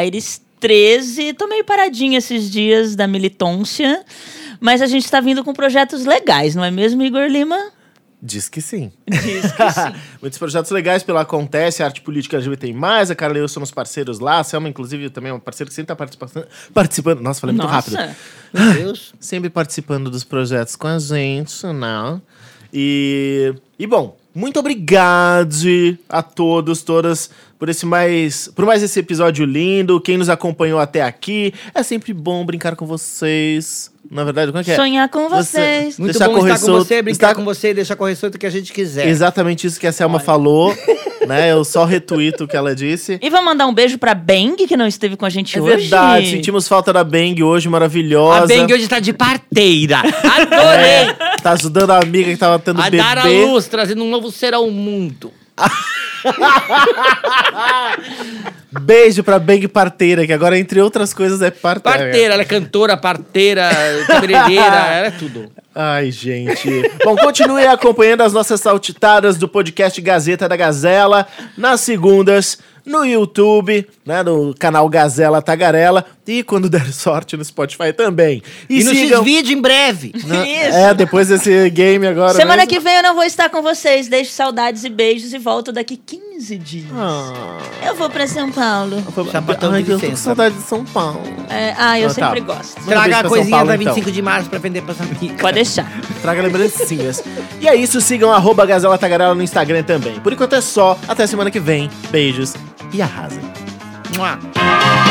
[SPEAKER 4] carla.aires13. Tô meio paradinha esses dias da militância, mas a gente tá vindo com projetos legais, não é mesmo, Igor Lima?
[SPEAKER 2] Diz que sim.
[SPEAKER 4] Diz que sim.
[SPEAKER 2] Ah, Muitos projetos legais pela Acontece, a Arte Política LGBT+, a Carla e eu somos parceiros lá, a Selma, inclusive, também é um parceiro que sempre tá participando. participando. Nossa, falei muito rápido.
[SPEAKER 4] Nossa.
[SPEAKER 2] Ah,
[SPEAKER 5] Meu Deus.
[SPEAKER 2] sempre participando dos projetos com a gente, né? E, e bom, muito obrigado a todos, todas, por esse mais, por mais esse episódio lindo. Quem nos acompanhou até aqui, é sempre bom brincar com vocês. Na verdade, como é que é?
[SPEAKER 4] Sonhar com vocês.
[SPEAKER 5] Muito
[SPEAKER 2] deixar
[SPEAKER 5] bom estar com
[SPEAKER 2] correção-
[SPEAKER 5] você, brincar
[SPEAKER 2] estar-
[SPEAKER 5] com você e deixar correr solto o que a gente quiser.
[SPEAKER 2] É Exatamente isso que a Selma falou, né? Eu só retuito o que ela disse.
[SPEAKER 4] E vamos mandar um beijo pra Bang, que não esteve com a gente
[SPEAKER 2] É
[SPEAKER 4] hoje.
[SPEAKER 2] verdade, sentimos falta da Bang hoje, maravilhosa.
[SPEAKER 5] A Bang hoje tá de parteira. Adorei!
[SPEAKER 2] Tá ajudando a amiga que tava tendo
[SPEAKER 5] A
[SPEAKER 2] bebê.
[SPEAKER 5] dar a luz, trazendo um novo ser ao mundo.
[SPEAKER 2] Beijo pra Bang Parteira, que agora, entre outras coisas, é parteira.
[SPEAKER 5] Parteira, ela é cantora, parteira, cabeleireira, ela é tudo.
[SPEAKER 2] Ai, gente. Bom, continue acompanhando as nossas saltitadas do podcast Gazeta da Gazela, nas segundas, no YouTube, né, no canal Gazela Tagarela, e quando der sorte no Spotify também. E,
[SPEAKER 5] E, no
[SPEAKER 2] sigam...
[SPEAKER 5] X-Vídeo em breve.
[SPEAKER 2] Na-
[SPEAKER 4] Isso.
[SPEAKER 2] É, depois desse game agora.
[SPEAKER 4] Semana
[SPEAKER 2] mesmo.
[SPEAKER 4] que vem eu não vou estar com vocês. Deixo saudades e beijos e volto daqui 15 dias.
[SPEAKER 2] Ah.
[SPEAKER 4] Eu vou pra São Paulo.
[SPEAKER 5] Sapatão
[SPEAKER 2] Ai,
[SPEAKER 5] de
[SPEAKER 2] eu tô com
[SPEAKER 5] licença.
[SPEAKER 2] saudade de São Paulo.
[SPEAKER 4] É, ah, eu
[SPEAKER 2] Ah, tá.
[SPEAKER 4] sempre gosto.
[SPEAKER 2] Manda um beijo
[SPEAKER 5] Traga
[SPEAKER 2] pra
[SPEAKER 5] a
[SPEAKER 2] São
[SPEAKER 5] coisinha
[SPEAKER 2] Paulo,
[SPEAKER 5] da
[SPEAKER 2] então.
[SPEAKER 5] 25 de março pra vender pras amigas.
[SPEAKER 4] Pode deixar.
[SPEAKER 2] Traga lembrancinhas. e é isso, sigam arroba Gazela Tagarela no Instagram também. Por enquanto é só, até semana que vem. Beijos e arrasem.
[SPEAKER 5] Mua.